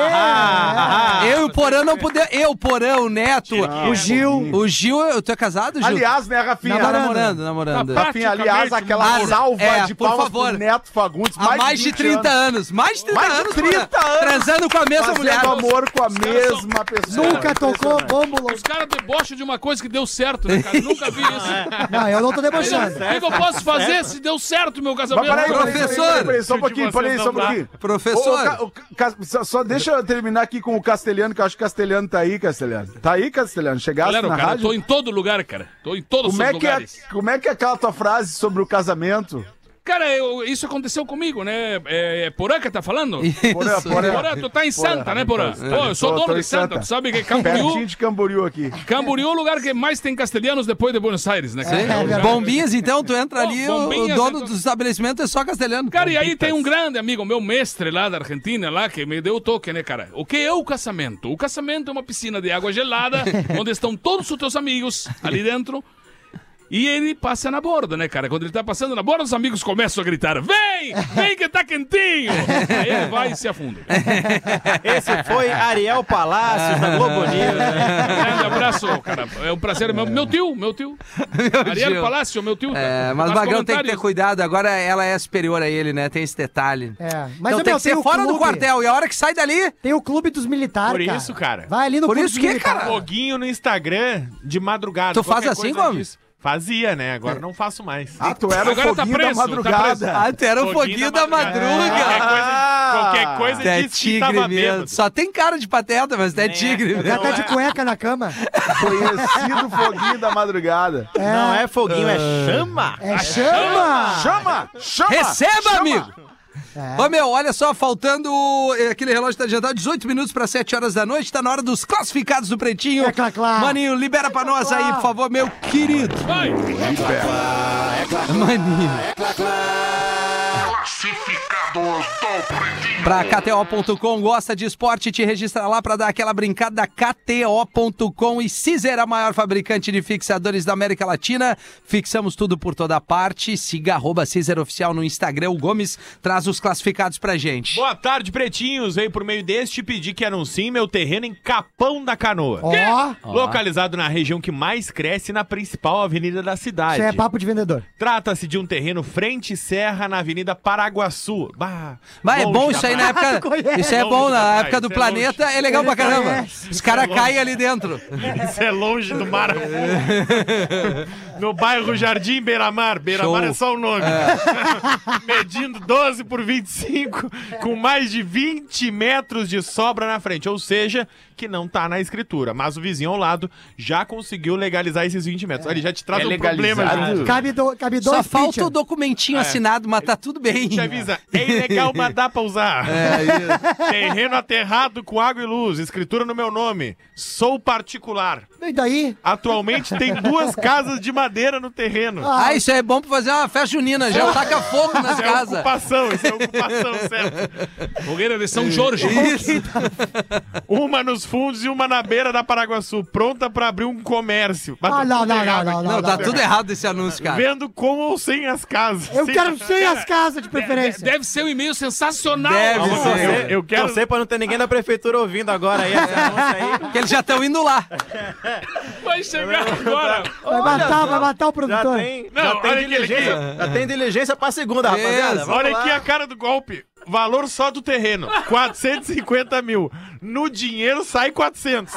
Speaker 2: eu e o Porã não podemos. Eu, Porã, o Neto,
Speaker 7: O Gil.
Speaker 2: o Gil. eu- Tu é casado, Gil?
Speaker 6: Aliás, Tá, né, Rafinha?
Speaker 2: Namorando, namorando, namorando.
Speaker 6: Rafinha, aliás, aquela
Speaker 2: praticamente,
Speaker 6: salva
Speaker 2: é,
Speaker 6: de
Speaker 2: por
Speaker 6: palmas
Speaker 2: favor.
Speaker 6: pro Neto Fagundes.
Speaker 2: Há mais de
Speaker 6: 20
Speaker 2: 30
Speaker 6: anos.
Speaker 2: anos. Mais de 30
Speaker 6: Mais de
Speaker 2: anos.
Speaker 6: 30
Speaker 2: Porã.
Speaker 6: anos.
Speaker 2: Transando com a mesma
Speaker 6: Fazendo
Speaker 2: mulher.
Speaker 6: amor com a
Speaker 4: caras são-
Speaker 6: mesma pessoa.
Speaker 7: Nunca tocou bômbolo.
Speaker 6: É.
Speaker 4: Os caras debocham de uma coisa que deu certo, né, cara? Eu Nunca vi
Speaker 6: É.
Speaker 4: isso.
Speaker 7: Não, eu não tô
Speaker 4: O
Speaker 6: Tá
Speaker 7: debochando.
Speaker 4: que que eu posso fazer se deu certo meu
Speaker 6: Mas
Speaker 4: casamento?
Speaker 6: peraí, peraí, peraí,
Speaker 2: Professor!
Speaker 6: peraí, peraí, só um pouquinho,
Speaker 3: Vocês
Speaker 6: peraí, só um
Speaker 3: não dá.
Speaker 6: pouquinho.
Speaker 2: Professor.
Speaker 6: Ô, ô, Ca- ô, Ca- só, só deixa eu terminar aqui com o Castelhano, que eu acho que o Castelhano tá aí, Castelhano. Tá aí, Castelhano? Chegasse
Speaker 4: Galera,
Speaker 6: na
Speaker 4: cara, eu
Speaker 6: rádio?
Speaker 4: tô em todo lugar, cara. Tô em todos os
Speaker 6: Como é, que é,
Speaker 4: lugares.
Speaker 6: como é que é aquela tua frase sobre o casamento?
Speaker 4: Cara, eu- isso aconteceu comigo, né? É, é Porã que tá falando?
Speaker 6: Porã,
Speaker 2: Isso.
Speaker 6: porã.
Speaker 4: Porã, tu tá em Santa, né, Porã? Pô, eu sou
Speaker 6: Tô-
Speaker 4: dono
Speaker 6: tô em
Speaker 4: de Santa.
Speaker 6: Santa.
Speaker 4: Tu sabe que é Camboriú,
Speaker 6: Pertinho de Camboriú aqui.
Speaker 4: Camboriú é o lugar que mais tem castelhanos depois de Buenos Aires, né? cara?
Speaker 7: É, é verdade.
Speaker 2: Bombinhas, então, tu entra ali,
Speaker 4: Bom,
Speaker 2: o- o
Speaker 6: é
Speaker 4: bombinhas,
Speaker 2: dono
Speaker 4: então-
Speaker 2: do estabelecimento é só castelhano.
Speaker 4: Cara, e aí tem um grande amigo meu, mestre lá da Argentina, lá, que me deu o toque, né, cara? O que é o casamento? O casamento é uma piscina de água gelada, onde estão todos os teus amigos ali dentro. E ele passa na borda, né, cara? Quando ele tá passando na borda, os amigos começam a gritar: Vem! Vem que tá quentinho! Aí ele vai e se afunda.
Speaker 5: Esse foi Ariel Palácios da
Speaker 3: Ah.
Speaker 2: É.
Speaker 5: Globo News. né?
Speaker 4: Grande abraço, cara. É um prazer. Meu, meu tio, meu tio. Ariel
Speaker 2: tio.
Speaker 4: Palácio, meu tio.
Speaker 2: É, mas
Speaker 4: Nas
Speaker 2: o Magrão tem que ter
Speaker 4: comentários-
Speaker 2: cuidado. Agora ela é superior a ele, né? Tem esse detalhe.
Speaker 7: É, mas,
Speaker 2: Mas
Speaker 7: ô,
Speaker 2: então tem
Speaker 7: meu,
Speaker 2: que ser
Speaker 7: o
Speaker 2: fora do
Speaker 7: clube-
Speaker 2: quartel. E a hora que sai dali,
Speaker 7: Tem o clube dos militares,
Speaker 3: Por isso, cara.
Speaker 7: Vai ali no
Speaker 2: Por
Speaker 7: clube
Speaker 2: isso
Speaker 7: dos
Speaker 2: que,
Speaker 7: militares.
Speaker 2: cara?
Speaker 3: Um Foguinho no Instagram de madrugada.
Speaker 2: Ah. Tu faz
Speaker 3: qualquer
Speaker 2: assim,
Speaker 3: coisa
Speaker 2: Gomes? É.
Speaker 3: disso. Fazia, né? Agora não faço mais.
Speaker 6: Ah, tu era
Speaker 4: Agora
Speaker 6: o
Speaker 4: tá
Speaker 6: foguinho
Speaker 4: preso,
Speaker 6: da
Speaker 4: tá
Speaker 6: madrugada.
Speaker 4: preso.
Speaker 2: ah, tu era o foguinho da
Speaker 6: É,
Speaker 2: madruga.
Speaker 3: Qualquer coisa, qualquer coisa
Speaker 2: É
Speaker 3: diz que tava
Speaker 2: tigre mesmo.
Speaker 3: bêbado.
Speaker 2: Só tem cara de pateta, mas é tigre
Speaker 7: Já
Speaker 2: mesmo.
Speaker 7: tá de cueca na cama.
Speaker 6: Conhecido foguinho da madrugada.
Speaker 5: Não é foguinho,
Speaker 3: Ah.
Speaker 5: é chama.
Speaker 7: É chama!
Speaker 6: Chama! Chama!
Speaker 2: Receba,
Speaker 6: Chama!
Speaker 2: amigo!
Speaker 7: É.
Speaker 2: Ô meu, olha só, faltando. eh, Aquele relógio tá adiantado, 18 minutos para 7 horas da noite, tá na hora dos classificados do Pretinho.
Speaker 7: É clá, clá. É,
Speaker 2: Maninho, libera pra nós aí, por favor, meu querido.
Speaker 4: Vai!
Speaker 2: Maninho. Pra KTO.com, gosta de esporte, te registra lá pra dar aquela brincada. KTO.com e Cizer, a maior fabricante de fixadores da América Latina. Fixamos tudo por toda parte. Siga arroba Cizer Oficial no Instagram. O Gomes traz os classificados pra gente.
Speaker 3: Boa tarde, pretinhos. Veio por meio deste pedir que anunciem meu terreno em Capão da Canoa.
Speaker 7: Ó,
Speaker 3: Localizado na região que mais cresce na principal avenida da cidade.
Speaker 7: isso é papo de vendedor.
Speaker 3: Trata-se de um terreno frente e serra na Avenida Paraguaçu. Bah,
Speaker 2: Mas é
Speaker 3: longe
Speaker 2: bom
Speaker 3: da
Speaker 2: isso aí na
Speaker 3: praia.
Speaker 2: época.
Speaker 7: Conhece.
Speaker 2: Isso é
Speaker 3: Longe
Speaker 2: bom
Speaker 3: da
Speaker 2: na
Speaker 3: praia,
Speaker 2: época do
Speaker 3: isso é longe.
Speaker 2: planeta, é legal pra caramba.
Speaker 7: conhece.
Speaker 2: Os caras caem ali dentro.
Speaker 3: Isso é longe do mar. no bairro Jardim Beira-Mar. Beira-Mar
Speaker 2: Show.
Speaker 3: é só o nome.
Speaker 6: É.
Speaker 3: Medindo 12 por 25, com mais de 20 metros de sobra na frente. Ou seja, que não tá na escritura. Mas o vizinho ao lado já conseguiu legalizar esses 20 metros. Ele já te traz
Speaker 6: É
Speaker 3: um problema.
Speaker 6: legalizado.
Speaker 3: Ju.
Speaker 7: Cabe, do, cabe dois
Speaker 2: Só falta
Speaker 7: pitcher.
Speaker 2: o documentinho assinado, mas tá tudo bem.
Speaker 3: Te É. avisa, é ilegal, mas dá pra usar.
Speaker 6: É,
Speaker 3: Terreno aterrado com água e luz, escritura no meu nome. Sou particular.
Speaker 7: E daí?
Speaker 3: Atualmente tem duas casas de madeira no terreno.
Speaker 2: Ah, isso aí é bom pra fazer uma festa junina. Já
Speaker 3: Ah.
Speaker 2: taca fogo nas
Speaker 3: Isso é
Speaker 2: casas.
Speaker 3: ocupação, isso é ocupação, certo?
Speaker 4: Fogueira de São Jorge.
Speaker 3: Uma nos fundos e uma na beira da Paraguaçu, pronta pra abrir um comércio. Mas
Speaker 7: Ah,
Speaker 3: tá
Speaker 7: não,
Speaker 3: tudo
Speaker 7: não, não,
Speaker 3: errado.
Speaker 7: não, não.
Speaker 2: Não, tá
Speaker 7: não.
Speaker 2: tudo errado esse anúncio, cara.
Speaker 3: Vendo com ou sem as casas.
Speaker 7: Eu
Speaker 3: Sem-
Speaker 7: quero sem as casas de preferência.
Speaker 4: Deve ser um e-mail sensacional.
Speaker 2: Deve
Speaker 4: Vamos
Speaker 2: ser.
Speaker 4: fazer.
Speaker 3: Eu, eu quero.
Speaker 5: Torcer pra não ter ninguém da prefeitura ouvindo agora aí esse anúncio aí.
Speaker 2: Porque eles já estão indo lá.
Speaker 4: Vai chegar agora.
Speaker 7: Vai matar, vai matar o
Speaker 5: Já
Speaker 7: produtor.
Speaker 5: tem,
Speaker 3: Não,
Speaker 5: já tem
Speaker 3: olha aquele
Speaker 5: diligência. Já tem diligência pra segunda, rapaziada.
Speaker 2: Isso.
Speaker 5: Vamos
Speaker 3: Olha
Speaker 5: lá.
Speaker 3: aqui a cara do golpe. Valor só do terreno, 450 mil. No dinheiro sai 400.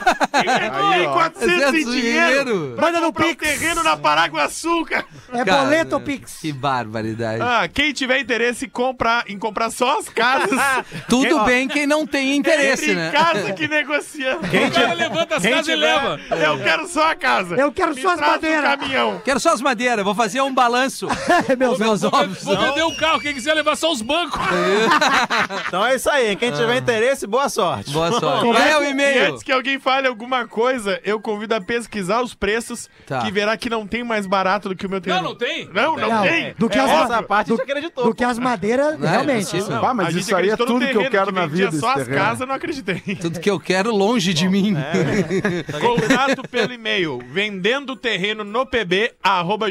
Speaker 3: Tem 400 em
Speaker 2: Excesso de dinheiro.
Speaker 3: dinheiro. Pra
Speaker 7: Manda no
Speaker 3: comprar um
Speaker 7: Pix.
Speaker 3: terreno na Paraguaçu, cara.
Speaker 7: É
Speaker 2: Cara, né?
Speaker 7: boleto ou pix?
Speaker 2: Que barbaridade.
Speaker 3: Ah, quem tiver interesse em comprar, em comprar só as casas.
Speaker 2: Tudo bem quem não tem interesse,
Speaker 3: Entre
Speaker 2: né?
Speaker 3: em casa que negocia.
Speaker 4: O cara levanta as casas e leva.
Speaker 3: Eu quero só a casa.
Speaker 7: Eu quero
Speaker 3: Me
Speaker 7: só as
Speaker 3: traz um
Speaker 7: madeiras.
Speaker 3: caminhão.
Speaker 2: Quero só as madeiras, vou fazer um balanço.
Speaker 7: Meus
Speaker 2: Meus
Speaker 4: Vou,
Speaker 2: ovos.
Speaker 4: vou vender o carro, quem quiser levar só os bancos.
Speaker 5: Então é isso aí. Quem
Speaker 3: Ah.
Speaker 5: tiver interesse, boa sorte.
Speaker 2: Boa sorte. Qual é o e-mail?
Speaker 3: antes que alguém fale alguma coisa, eu convido a pesquisar os preços
Speaker 2: Tá.
Speaker 3: que verá que não tem mais barato do que o meu
Speaker 4: Não,
Speaker 3: terreno.
Speaker 4: não tem.
Speaker 3: Não, não,
Speaker 7: Não,
Speaker 3: tem.
Speaker 7: do que
Speaker 3: É
Speaker 7: as
Speaker 3: óbvio.
Speaker 5: Essa parte a gente acreditou.
Speaker 7: Do que as madeiras,
Speaker 2: Não, é
Speaker 7: realmente.
Speaker 2: possível.
Speaker 6: Pá,
Speaker 3: A
Speaker 6: mas
Speaker 3: gente
Speaker 6: isso aí é
Speaker 3: acreditou
Speaker 6: tudo
Speaker 3: no
Speaker 6: que eu
Speaker 3: terreno,
Speaker 6: quero na
Speaker 3: vendia
Speaker 6: vida.
Speaker 3: só
Speaker 6: esse
Speaker 3: as
Speaker 6: terreno.
Speaker 3: casas, não acreditei.
Speaker 2: Tudo que eu quero longe de mim.
Speaker 3: Contato pelo e-mail, vendendo terreno no pb, arroba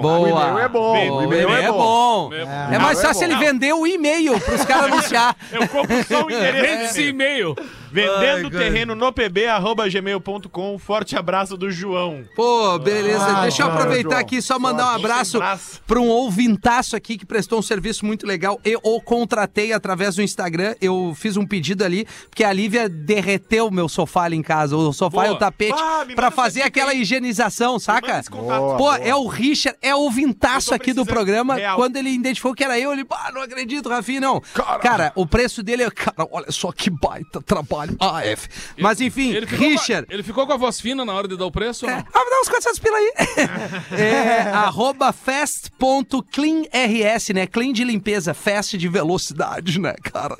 Speaker 2: Boa.
Speaker 6: O e-mail é bom,
Speaker 2: O
Speaker 6: o
Speaker 2: e-mail é bom. É mais fácil ele vender o e-mail pros caras anunciar.
Speaker 3: Eu compro só o
Speaker 2: É.
Speaker 4: Vende
Speaker 3: endereço.
Speaker 4: esse e-mail.
Speaker 3: Vendendo
Speaker 2: Ai, cara.
Speaker 3: terreno no pb, arroba gmail.com. Forte abraço do João.
Speaker 2: Pô, beleza.
Speaker 7: Ah,
Speaker 2: Deixa eu
Speaker 7: cara,
Speaker 2: aproveitar
Speaker 6: João.
Speaker 2: aqui e só mandar um
Speaker 3: Sem
Speaker 2: abraço
Speaker 3: braço.
Speaker 2: para um ouvintaço aqui que prestou um serviço muito legal. Eu o contratei através do Instagram. Eu fiz um pedido ali, porque a Lívia derreteu meu sofá ali em casa. O sofá
Speaker 4: Boa.
Speaker 2: e o tapete
Speaker 3: Ah, me
Speaker 2: para
Speaker 3: manda
Speaker 2: fazer
Speaker 3: essa dica
Speaker 2: aquela higienização, saca?
Speaker 3: Manda esse contato.
Speaker 6: Boa.
Speaker 2: Pô, é o Richard, é o ouvintaço
Speaker 3: Eu tô
Speaker 2: aqui do
Speaker 3: precisando,
Speaker 2: programa.
Speaker 3: real.
Speaker 2: Quando ele identificou que era eu, ele, ah, não acredito, Rafinha, não. Cara, o preço dele é, cara, olha só que baita trabalho. AF. Mas enfim,
Speaker 4: Ele ficou,
Speaker 2: Richard.
Speaker 4: Com a, ele ficou com a voz fina na hora de dar o preço? ou
Speaker 2: É.
Speaker 4: não?
Speaker 2: Ah, dá uns 400 pila aí. é, arroba fast.cleanrs, né? Clean de limpeza, fast de velocidade, né, cara?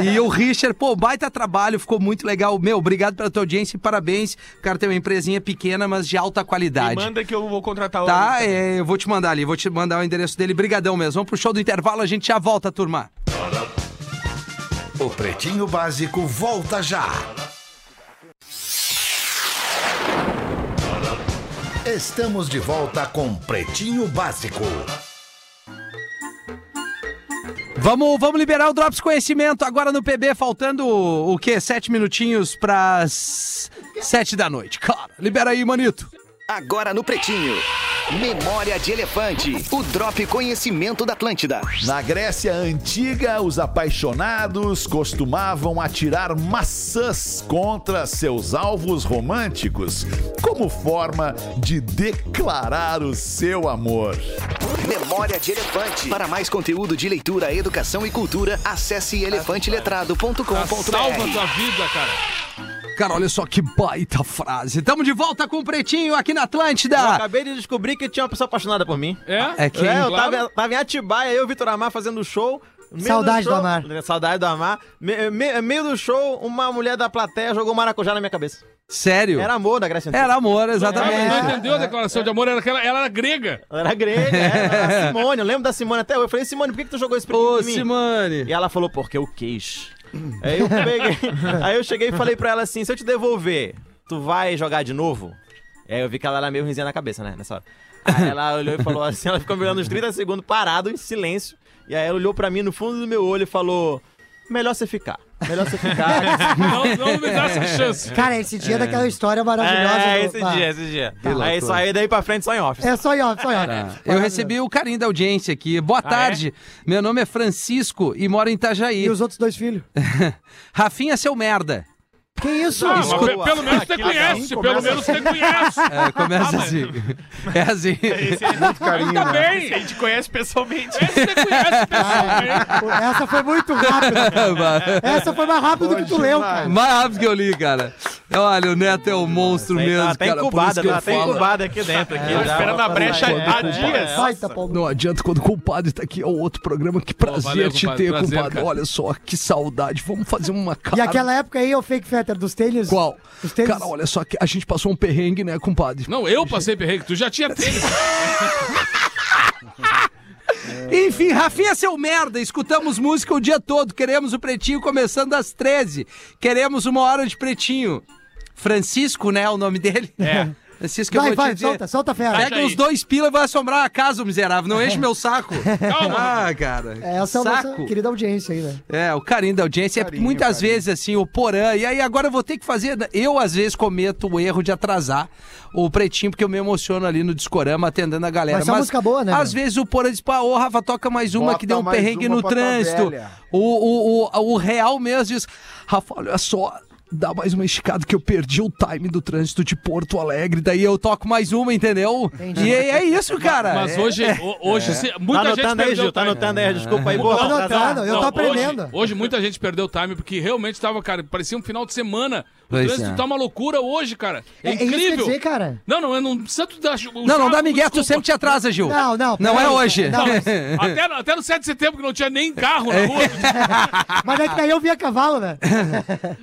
Speaker 2: E o Richard, pô, baita trabalho, ficou muito legal. Meu, obrigado pela tua audiência e parabéns. O cara tem uma empresinha pequena, mas de alta
Speaker 3: Me
Speaker 2: qualidade.
Speaker 3: manda que eu vou contratar o.
Speaker 2: Tá, é, eu vou te mandar ali, vou te mandar o endereço dele. Brigadão mesmo. Vamos pro show do intervalo, a gente já volta, turma.
Speaker 1: O Pretinho Básico volta já.
Speaker 8: Estamos de volta com Pretinho Básico.
Speaker 2: Vamos, vamos liberar o Drops Conhecimento agora no PB, faltando o, o quê? Sete minutinhos pras sete da noite. Cara, libera aí, manito.
Speaker 1: Agora no Pretinho. Memória de Elefante. O Drop Conhecimento da Atlântida.
Speaker 8: Na Grécia antiga, os apaixonados costumavam atirar maçãs contra seus alvos românticos como forma de declarar o seu amor.
Speaker 1: Memória de Elefante. Para mais conteúdo de leitura, educação e cultura, acesse
Speaker 4: Tá salva a
Speaker 1: elefanteletrado.com.br.
Speaker 4: tua vida, cara.
Speaker 2: Cara, olha só que baita frase. Tamo de volta com o Pretinho aqui na
Speaker 5: Eu
Speaker 2: Atlântida.
Speaker 5: acabei de descobrir que tinha uma pessoa apaixonada por mim.
Speaker 4: É?
Speaker 2: É quem?
Speaker 5: é, eu
Speaker 4: claro.
Speaker 5: tava, tava em Atibaia, eu, Vitor Amar, fazendo show. Meio
Speaker 7: Saudade do
Speaker 5: show- É,
Speaker 7: Amar.
Speaker 5: Saudade do Amar. Me, me- meio do show, uma mulher da plateia jogou maracujá na minha cabeça.
Speaker 2: Sério?
Speaker 5: Era amor da
Speaker 7: É.
Speaker 5: Grécia Antiga.
Speaker 2: Era amor,
Speaker 4: Ah,
Speaker 2: exatamente.
Speaker 4: mas não entendeu a declaração de amor, era aquela, ela era grega.
Speaker 5: Ela Era grega, era a Simone. Eu lembro da Simone até hoje. Eu falei, Simone, por que, que tu jogou esse
Speaker 2: Ô,
Speaker 5: brinquedo em mim?
Speaker 2: Simone.
Speaker 5: E ela falou, porque eu quis. aí, eu peguei, aí eu cheguei e falei pra ela assim: se eu te devolver, tu vai jogar de novo? E aí eu vi que ela era meio risinha na cabeça, né? Nessa hora. Aí ela olhou e falou assim: ela ficou me olhando uns 30 segundos parado, em silêncio. E aí ela olhou pra mim no fundo do meu olho e falou: melhor você ficar. Melhor você ficar.
Speaker 2: É.
Speaker 4: Não, não me dá essa chance.
Speaker 7: Cara, esse dia é daquela história maravilhosa.
Speaker 5: é,
Speaker 7: do-
Speaker 5: esse
Speaker 7: pá.
Speaker 5: dia, esse dia. aí só aí daí pra frente, só em off.
Speaker 7: É só ó, só ó.
Speaker 2: Tá. Eu recebi o carinho da audiência aqui.
Speaker 5: Ah,
Speaker 2: Boa
Speaker 5: é?
Speaker 2: tarde. Meu nome é Francisco e moro em Itajaí.
Speaker 7: E os outros dois filhos?
Speaker 2: Rafinha, seu merda.
Speaker 7: Que isso?
Speaker 4: Ah, mas
Speaker 7: Escuta.
Speaker 4: pe- pelo menos você conhece, pelo menos você conhece.
Speaker 2: É,
Speaker 5: Ah,
Speaker 2: começa assim. É assim. Tá
Speaker 4: Ainda
Speaker 5: né?
Speaker 4: bem.
Speaker 3: A gente conhece pessoalmente.
Speaker 4: Esse você conhece pessoalmente.
Speaker 7: Essa foi muito rápida. Essa foi mais rápida do que tu leu, cara.
Speaker 2: né? Mais rápido que eu li, cara. Olha, o Neto é um monstro mesmo,
Speaker 5: Tá até
Speaker 2: cara. Por isso
Speaker 5: incubada,
Speaker 2: que eu
Speaker 5: tá até
Speaker 2: falo.
Speaker 5: incubada aqui dentro. Aqui, né?
Speaker 3: Tô
Speaker 5: já.
Speaker 3: esperando a brecha há dias.
Speaker 7: Vai, tá, Paulo.
Speaker 2: Não adianta quando o compadre tá aqui, é o outro programa. Que prazer
Speaker 4: valeu,
Speaker 2: te
Speaker 4: compadre,
Speaker 2: ter,
Speaker 4: prazer,
Speaker 2: compadre.
Speaker 4: cara.
Speaker 2: Olha só, que saudade. Vamos fazer uma cara.
Speaker 7: E aquela época aí é o fake fetter dos tênis?
Speaker 2: Qual?
Speaker 7: Os tênis.
Speaker 2: Cara, olha só, que a gente passou um perrengue, né, compadre?
Speaker 4: Não, eu passei perrengue, tu já tinha tênis.
Speaker 2: Enfim, Rafinha, seu merda, escutamos música o dia todo. Queremos o Pretinho começando às 13. Queremos uma hora de Pretinho. Francisco, né, o nome dele? É. Francisco, eu
Speaker 7: vai,
Speaker 2: vou
Speaker 7: vai,
Speaker 2: te dizer.
Speaker 7: solta, solta a fera.
Speaker 2: Pega um uns dois pila e vai assombrar a casa, o miserável. Não enche meu saco. Calma. Ah, cara.
Speaker 7: É, Essa é
Speaker 2: saco.
Speaker 7: a nossa querida audiência aí, né?
Speaker 2: É, o carinho da audiência. é muitas vezes, assim, o porã. E aí agora eu vou ter que fazer. Eu, às vezes, cometo o erro de atrasar o pretinho, porque eu me emociono ali no discorama atendendo a galera.
Speaker 7: Mas é uma música boa, né,
Speaker 2: Às
Speaker 7: meu?
Speaker 2: vezes o porã diz: pá, ô, Rafa, toca mais uma
Speaker 6: Bota
Speaker 2: que deu um
Speaker 6: mais
Speaker 2: perrengue
Speaker 6: uma
Speaker 2: no
Speaker 6: pra tua
Speaker 2: trânsito.
Speaker 6: velha.
Speaker 2: O, o, o, o real mesmo diz: Rafa, olha só. Dá mais uma esticada que eu perdi o time do trânsito de Porto Alegre, daí eu toco mais uma, entendeu? E é, é isso, cara.
Speaker 4: Mas
Speaker 2: É-
Speaker 4: hoje, ho- hoje se-
Speaker 5: Tá
Speaker 4: muita gente né?
Speaker 5: anotando aí,
Speaker 4: perdeu
Speaker 5: Gil,
Speaker 4: o
Speaker 5: tá
Speaker 4: time.
Speaker 5: anotando aí, desculpa aí,
Speaker 7: Tô
Speaker 5: porra.
Speaker 7: anotando, eu
Speaker 4: Não,
Speaker 7: tô
Speaker 4: hoje-
Speaker 7: aprendendo.
Speaker 2: É
Speaker 4: Hoje, muita gente perdeu o time, porque realmente tava, cara, parecia um final de semana. O
Speaker 2: Pois
Speaker 4: trânsito
Speaker 2: é.
Speaker 4: tá uma loucura hoje, cara. É,
Speaker 7: isso que eu ia
Speaker 4: incrível.
Speaker 7: dizer, cara.
Speaker 4: Não, não, eu não precisa tu dar.
Speaker 2: Não, não dá migué, tu sempre te atrasa, Gil.
Speaker 7: Não, não,
Speaker 2: Não é
Speaker 7: peraí.
Speaker 2: hoje.
Speaker 7: Não, mas-
Speaker 4: até, até no 7 de setembro que não tinha nem carro na rua.
Speaker 7: Mas é que daí eu vi a cavalo, né?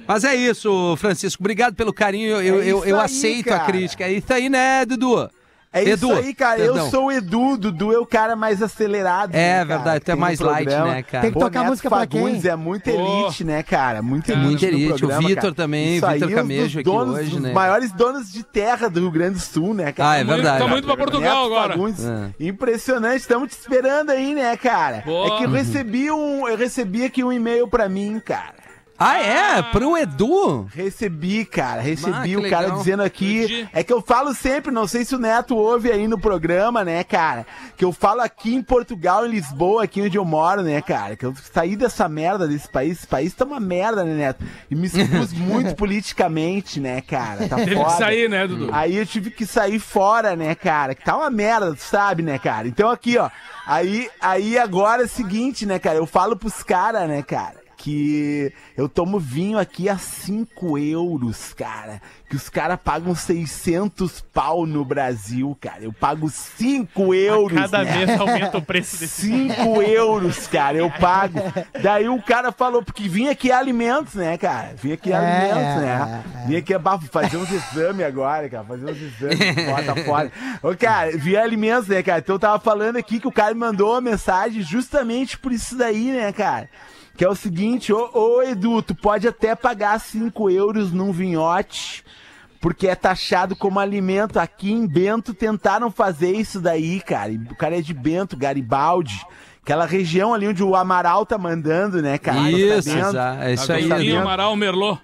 Speaker 2: Mas é isso, Francisco. Obrigado pelo carinho. Eu, eu,
Speaker 6: É
Speaker 2: eu,
Speaker 6: isso
Speaker 2: eu
Speaker 6: aí,
Speaker 2: aceito a
Speaker 6: cara.
Speaker 2: crítica. É isso aí, né, Dudu?
Speaker 6: É
Speaker 2: Edu,
Speaker 6: isso aí, cara.
Speaker 2: perdão.
Speaker 6: Eu sou o Edu, Dudu é o cara mais acelerado.
Speaker 2: É
Speaker 6: né,
Speaker 2: verdade,
Speaker 6: cara,
Speaker 2: tu
Speaker 6: que
Speaker 2: é
Speaker 6: tem
Speaker 2: mais
Speaker 6: no
Speaker 2: light,
Speaker 6: programa.
Speaker 2: né, cara?
Speaker 7: Tem que tocar
Speaker 6: Neto
Speaker 7: música pra quem?
Speaker 6: Fagundes é muito elite, né, cara? Muito elite.
Speaker 2: muito
Speaker 6: no
Speaker 2: elite. O
Speaker 6: programa,
Speaker 2: Vitor
Speaker 6: cara.
Speaker 2: também,
Speaker 6: Isso aí,
Speaker 2: Vitor
Speaker 6: os
Speaker 2: Camejo aqui
Speaker 6: donos,
Speaker 2: hoje,
Speaker 6: os
Speaker 2: né?
Speaker 6: maiores donos de terra do Rio Grande do Sul, né, cara?
Speaker 2: Ah, é verdade.
Speaker 4: Tá muito pra Portugal
Speaker 6: Neto
Speaker 4: agora.
Speaker 6: Fagundes,
Speaker 2: É.
Speaker 6: Impressionante, estamos te esperando aí, né, cara?
Speaker 4: Boa.
Speaker 6: É que eu recebi um, eu recebi aqui um e-mail pra mim, cara.
Speaker 2: Ah, é? Pro Edu?
Speaker 6: Recebi, cara,
Speaker 2: Ah, que
Speaker 6: recebi o
Speaker 2: legal.
Speaker 6: cara dizendo aqui.
Speaker 4: Entendi.
Speaker 6: É que eu falo sempre, não sei se o Neto ouve aí no programa, né, cara? Que eu falo aqui em Portugal, em Lisboa, aqui onde eu moro, né, cara? Que eu saí dessa merda desse país. Esse país tá uma merda, né, Neto? E me expus muito politicamente, né, cara? Tá
Speaker 4: Teve
Speaker 6: foda.
Speaker 4: que sair, né, Dudu?
Speaker 6: Aí eu tive que sair fora, né, cara? Que tá uma merda, tu sabe, né, cara? Então aqui, ó. Aí, aí agora é o seguinte, né, cara? Eu falo pros caras, né, cara? Que eu tomo vinho aqui a 5 euros, cara. Que os caras pagam 600 pau no Brasil, cara. Eu pago 5 euros.
Speaker 3: Cada
Speaker 6: né?
Speaker 3: mês aumenta o preço desse.
Speaker 6: 5 euros, cara, eu pago. Daí o cara falou, porque vinha aqui alimentos, né, cara? Vinha aqui
Speaker 7: É,
Speaker 6: alimentos, né? Vinha aqui abafo, fazer uns exames agora, cara. Fazer uns exames, bota fora. Ô, cara, vinha alimentos, né, cara? Então eu tava falando aqui que o cara me mandou uma mensagem justamente por isso daí, né, cara? Que é o seguinte, ô, ô Edu, tu pode até pagar 5 euros num vinhote. porque é taxado como alimento. Aqui em Bento tentaram fazer isso daí, cara. E O cara é de Bento, Garibaldi. Aquela região ali onde o Amaral tá mandando, né, cara? Nós tá
Speaker 2: Isso,
Speaker 6: dentro.
Speaker 2: exa- é isso aí.
Speaker 6: Tá
Speaker 4: Linho
Speaker 6: dentro.
Speaker 4: Amaral Merlot.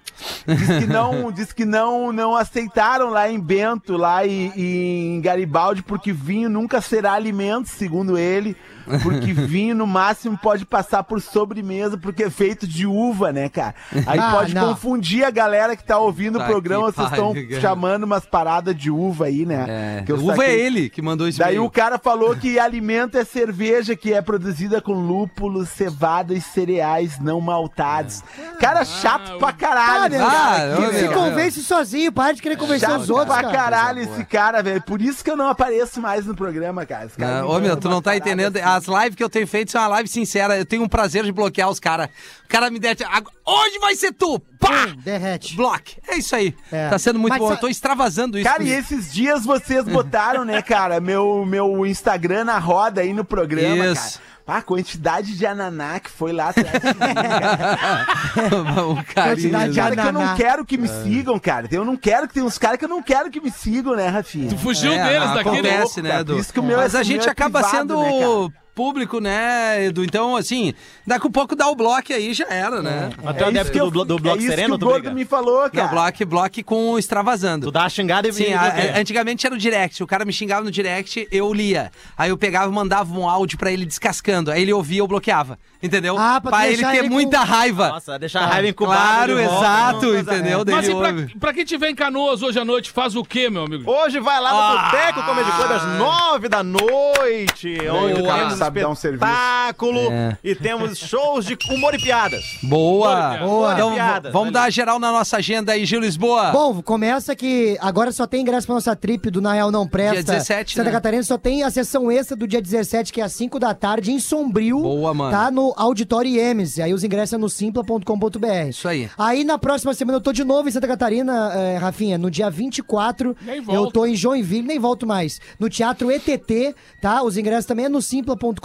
Speaker 6: Diz que não, diz que não, não aceitaram lá em Bento, lá e, e em Garibaldi, porque vinho nunca será alimento, segundo ele. Porque vinho, no máximo, pode passar por sobremesa, porque é feito de uva, né, cara? Aí
Speaker 7: Ah,
Speaker 6: pode
Speaker 7: não.
Speaker 6: confundir a galera que tá ouvindo
Speaker 2: Tá
Speaker 6: o programa,
Speaker 2: que
Speaker 6: vocês estão
Speaker 2: pariu, cara.
Speaker 6: chamando umas paradas de uva aí, né?
Speaker 2: É,
Speaker 6: Que eu
Speaker 2: Uva é
Speaker 6: saquei.
Speaker 2: ele que mandou esse
Speaker 6: Daí
Speaker 2: e-mail.
Speaker 6: o cara falou que alimento é cerveja que é produzida com lúpulo, cevada e cereais não maltados.
Speaker 2: É.
Speaker 6: Cara
Speaker 7: Ah,
Speaker 6: chato pra caralho, né,
Speaker 2: Ah,
Speaker 6: cara?
Speaker 2: ô,
Speaker 7: Ele se
Speaker 2: meu,
Speaker 7: convence sozinho, para de querer
Speaker 5: é,
Speaker 7: convencer
Speaker 6: Chato
Speaker 7: os outros,
Speaker 6: pra
Speaker 7: cara.
Speaker 6: caralho esse cara, velho. Por isso que eu não apareço mais no programa, cara. Esse cara
Speaker 2: Ah,
Speaker 6: me
Speaker 2: Ô, meu,
Speaker 6: manda
Speaker 2: tu não
Speaker 6: uma
Speaker 2: tá
Speaker 6: parada
Speaker 2: entendendo.
Speaker 6: assim.
Speaker 2: As lives que eu tenho feito são uma live sincera. Eu tenho um prazer de bloquear os caras. O cara me der. Agora- Hoje vai ser tu! Pá!
Speaker 7: Pum, derrete.
Speaker 2: Block. É isso aí.
Speaker 7: É.
Speaker 2: Tá sendo muito
Speaker 7: Mas
Speaker 2: bom.
Speaker 7: sa-
Speaker 2: Eu tô extravasando isso.
Speaker 6: Cara, e esses dias vocês botaram, né, cara, meu, meu Instagram na roda aí no programa,
Speaker 2: Isso.
Speaker 6: cara. Ah, a quantidade de ananá que foi lá atrás de mim, cara.
Speaker 2: o Um carinho.
Speaker 7: Quantidade de
Speaker 6: cara que eu
Speaker 7: ananá.
Speaker 6: não quero que me
Speaker 5: É.
Speaker 6: sigam, cara. Eu não quero que tem uns caras que eu não quero que me sigam, né, Rafinha?
Speaker 4: Tu fugiu
Speaker 2: É,
Speaker 4: deles daqui, né?
Speaker 2: acontece, né,
Speaker 6: cara?
Speaker 2: Edu?
Speaker 6: Por isso que o meu-
Speaker 2: Mas a
Speaker 6: o
Speaker 2: gente
Speaker 6: meu é
Speaker 2: acaba
Speaker 6: privado,
Speaker 2: sendo
Speaker 6: né,
Speaker 2: público, né, Edu? Então, assim, daqui a pouco dá o bloco aí já era, né?
Speaker 5: Até o adepto do, blo- do
Speaker 6: é
Speaker 5: Bloco
Speaker 6: isso
Speaker 5: Sereno,
Speaker 6: que
Speaker 5: tu
Speaker 6: o gordo
Speaker 5: briga.
Speaker 6: me falou,
Speaker 2: Não,
Speaker 6: cara.
Speaker 2: bloco, bloco com extravasando.
Speaker 5: Tu dá a xingada e
Speaker 2: Sim,
Speaker 5: e-
Speaker 2: a-
Speaker 5: e-
Speaker 2: a- antigamente era o direct. O cara me xingava no direct, eu lia. Aí eu pegava e mandava um áudio pra ele descascando. Aí ele ouvia, eu bloqueava. Entendeu?
Speaker 7: Ah, pra
Speaker 2: pra
Speaker 7: tu
Speaker 2: ele
Speaker 7: deixar
Speaker 2: ter
Speaker 7: ele com-
Speaker 2: muita raiva.
Speaker 5: Nossa, deixar a raiva incubada.
Speaker 2: claro,
Speaker 5: ele volta, né?
Speaker 2: exato,
Speaker 5: não-
Speaker 2: entendeu? Daí
Speaker 4: Mas
Speaker 2: ele
Speaker 4: e pra,
Speaker 2: ouve.
Speaker 4: pra quem tiver em Canoas hoje à noite, faz o quê, meu amigo?
Speaker 5: Hoje vai lá no
Speaker 2: Ah!
Speaker 5: Boteco Comedy Club às nove da noite, onde
Speaker 6: o cara
Speaker 5: temos
Speaker 6: sabe dar um serviço.
Speaker 5: espetáculo
Speaker 2: É.
Speaker 5: e temos shows de humor e piadas.
Speaker 2: Boa.
Speaker 7: Boa.
Speaker 2: Então,
Speaker 5: Piada.
Speaker 2: v- vamos dar geral na nossa agenda aí, Gil Lisboa.
Speaker 7: Bom, começa que agora só tem ingresso pra nossa trip do Na Real Não Presta.
Speaker 2: Dia 17,
Speaker 7: Santa
Speaker 2: né?
Speaker 7: Catarina só tem a sessão extra do dia 17, que é às 5 da tarde, em Sombrio.
Speaker 2: Boa, mano.
Speaker 7: Tá no Auditório Iemes. Aí os ingressos é no simpla.com.br.
Speaker 2: Isso aí.
Speaker 7: Aí na próxima semana eu tô de novo em Santa Catarina, eh, Rafinha. No dia 24,
Speaker 4: Nem
Speaker 7: eu
Speaker 4: volta.
Speaker 7: tô em Joinville, nem volto mais. No Teatro ETT, tá? Os ingressos também é no simpla.com.br.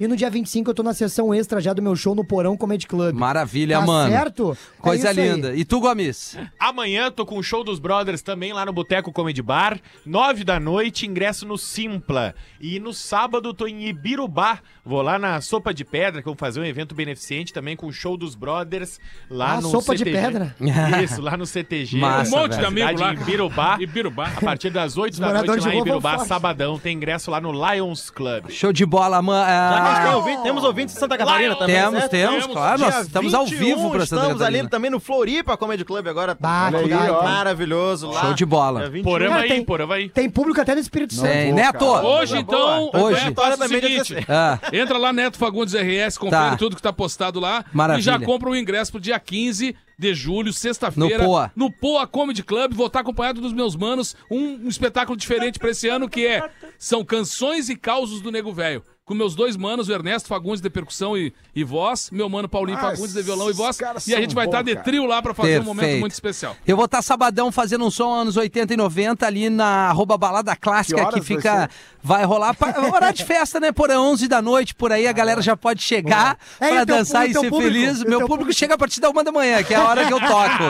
Speaker 7: E no dia 25 eu tô na sessão extra já do meu show no Porão Comedy Club.
Speaker 2: Maravilha,
Speaker 7: Tá
Speaker 2: mano.
Speaker 7: certo? É
Speaker 2: Coisa
Speaker 7: isso aí.
Speaker 2: linda. E tu, Gomes?
Speaker 3: Amanhã tô com o show dos Brothers também lá no Boteco Comedy Bar, nove da noite, ingresso no Simpla. E no sábado tô em Ibirubá, vou lá na Sopa de Pedra, que eu vou fazer um evento beneficente também com o show dos Brothers lá
Speaker 7: Ah,
Speaker 3: no
Speaker 7: Sopa de
Speaker 3: CTG.
Speaker 7: Pedra.
Speaker 3: Isso, lá no CTG.
Speaker 2: Massa,
Speaker 4: um monte de
Speaker 2: velho.
Speaker 4: amigo lá.
Speaker 3: Cidade de Ibirubá.
Speaker 4: Ibirubá.
Speaker 3: A partir das 8 da
Speaker 7: moradores
Speaker 3: noite
Speaker 7: de
Speaker 3: lá em
Speaker 7: rua vão
Speaker 3: Ibirubá,
Speaker 7: forte.
Speaker 3: sabadão, tem ingresso lá no Lions Club.
Speaker 2: Show de bola, mano. Ah,
Speaker 5: Já que a gente tem ouvi- temos ouvintes de Santa Catarina também.
Speaker 2: Temos,
Speaker 5: certo?
Speaker 2: temos,
Speaker 4: Temos.
Speaker 2: claro. Nós
Speaker 5: Dia
Speaker 2: estamos ao
Speaker 5: 21,
Speaker 2: vivo pra Santa
Speaker 5: Estamos ali
Speaker 2: Catarina.
Speaker 5: também no Floripa Comedy Club agora.
Speaker 7: Bah,
Speaker 5: Um
Speaker 7: que
Speaker 5: lugar
Speaker 7: legal.
Speaker 5: maravilhoso lá.
Speaker 2: Show de bola.
Speaker 5: Dia 21.
Speaker 3: Porama
Speaker 7: Cara,
Speaker 3: aí,
Speaker 7: tem-
Speaker 3: porama aí.
Speaker 7: Tem público até no Espírito Santo.
Speaker 2: Tem, Neto.
Speaker 4: Hoje, então,
Speaker 2: tá Hoje.
Speaker 4: Beto, faça
Speaker 5: Vitória
Speaker 4: o
Speaker 5: também
Speaker 4: seguinte.
Speaker 2: Ah,
Speaker 4: Entra lá, Neto Fagundes RS, confere
Speaker 2: Tá.
Speaker 4: tudo que tá postado lá.
Speaker 2: Maravilha.
Speaker 4: E já compra o ingresso pro dia 15 de julho, sexta-feira.
Speaker 2: No Poa.
Speaker 4: No Poa Comedy Club. Vou estar acompanhado dos meus manos. Um, um espetáculo diferente pra esse ano, que é... São canções e causos do Nego Velho. Com meus dois manos, o Ernesto Fagundes de percussão e, e voz. Meu mano Paulinho
Speaker 6: Ah,
Speaker 4: Fagundes de violão e
Speaker 6: esses
Speaker 4: voz.
Speaker 6: caras
Speaker 4: E a
Speaker 6: são
Speaker 4: gente vai
Speaker 6: bons,
Speaker 4: estar de
Speaker 6: cara.
Speaker 4: trio lá pra fazer um momento
Speaker 2: Perfeito.
Speaker 4: muito especial.
Speaker 2: Eu vou estar sabadão fazendo um som anos 80 e 90 ali na arroba balada clássica
Speaker 6: Que
Speaker 2: que,
Speaker 6: horas vai
Speaker 2: fica.
Speaker 6: ser?
Speaker 2: Vai rolar. pa- Horário de festa, né? Por aí, 11 da noite, por aí a galera já pode chegar
Speaker 7: É, e
Speaker 2: pra
Speaker 7: o teu
Speaker 2: dançar
Speaker 7: pú-
Speaker 2: e
Speaker 7: teu
Speaker 2: ser
Speaker 7: público?
Speaker 2: feliz.
Speaker 7: E
Speaker 2: Meu
Speaker 7: o teu
Speaker 2: público
Speaker 7: público?
Speaker 2: chega a partir da uma da manhã, que é a hora que eu toco.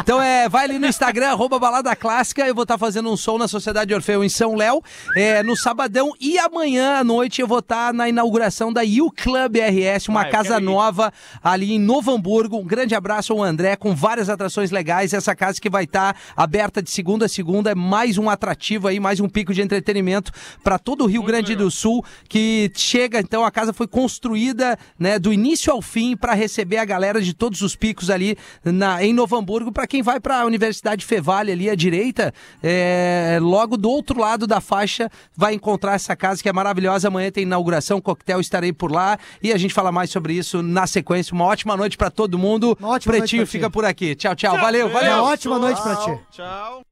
Speaker 2: Então é, vai ali no Instagram, arroba balada clássica. Eu vou estar fazendo um som na Sociedade Orfeu em São Léo, é, no sabadão. E amanhã à noite eu vou estar na inauguração da U Club RS, uma
Speaker 3: Ah, eu
Speaker 2: casa
Speaker 3: quero ir.
Speaker 2: nova nova ali em Novo Hamburgo. Um grande abraço ao André com várias atrações legais. Essa casa que vai estar aberta de segunda a segunda é mais um atrativo aí, mais um pico de entretenimento para todo o Rio Grande do Sul que chega. Então a casa foi construída, né, do início ao fim para receber a galera de todos os picos ali na, em Novo Hamburgo. Para quem vai para a Universidade Fevale ali à direita, é, logo do outro lado da faixa vai encontrar essa casa que é maravilhosa. Amanhã tem inauguração, coquetel, estarei por lá e a gente fala mais sobre isso na sequência. Uma ótima noite pra todo mundo.
Speaker 7: Uma ótima noite
Speaker 2: Pretinho
Speaker 7: pra ti.
Speaker 2: fica por aqui. Tchau, tchau. valeu, valeu.
Speaker 7: Uma ótima noite pra ti.
Speaker 5: Tchau.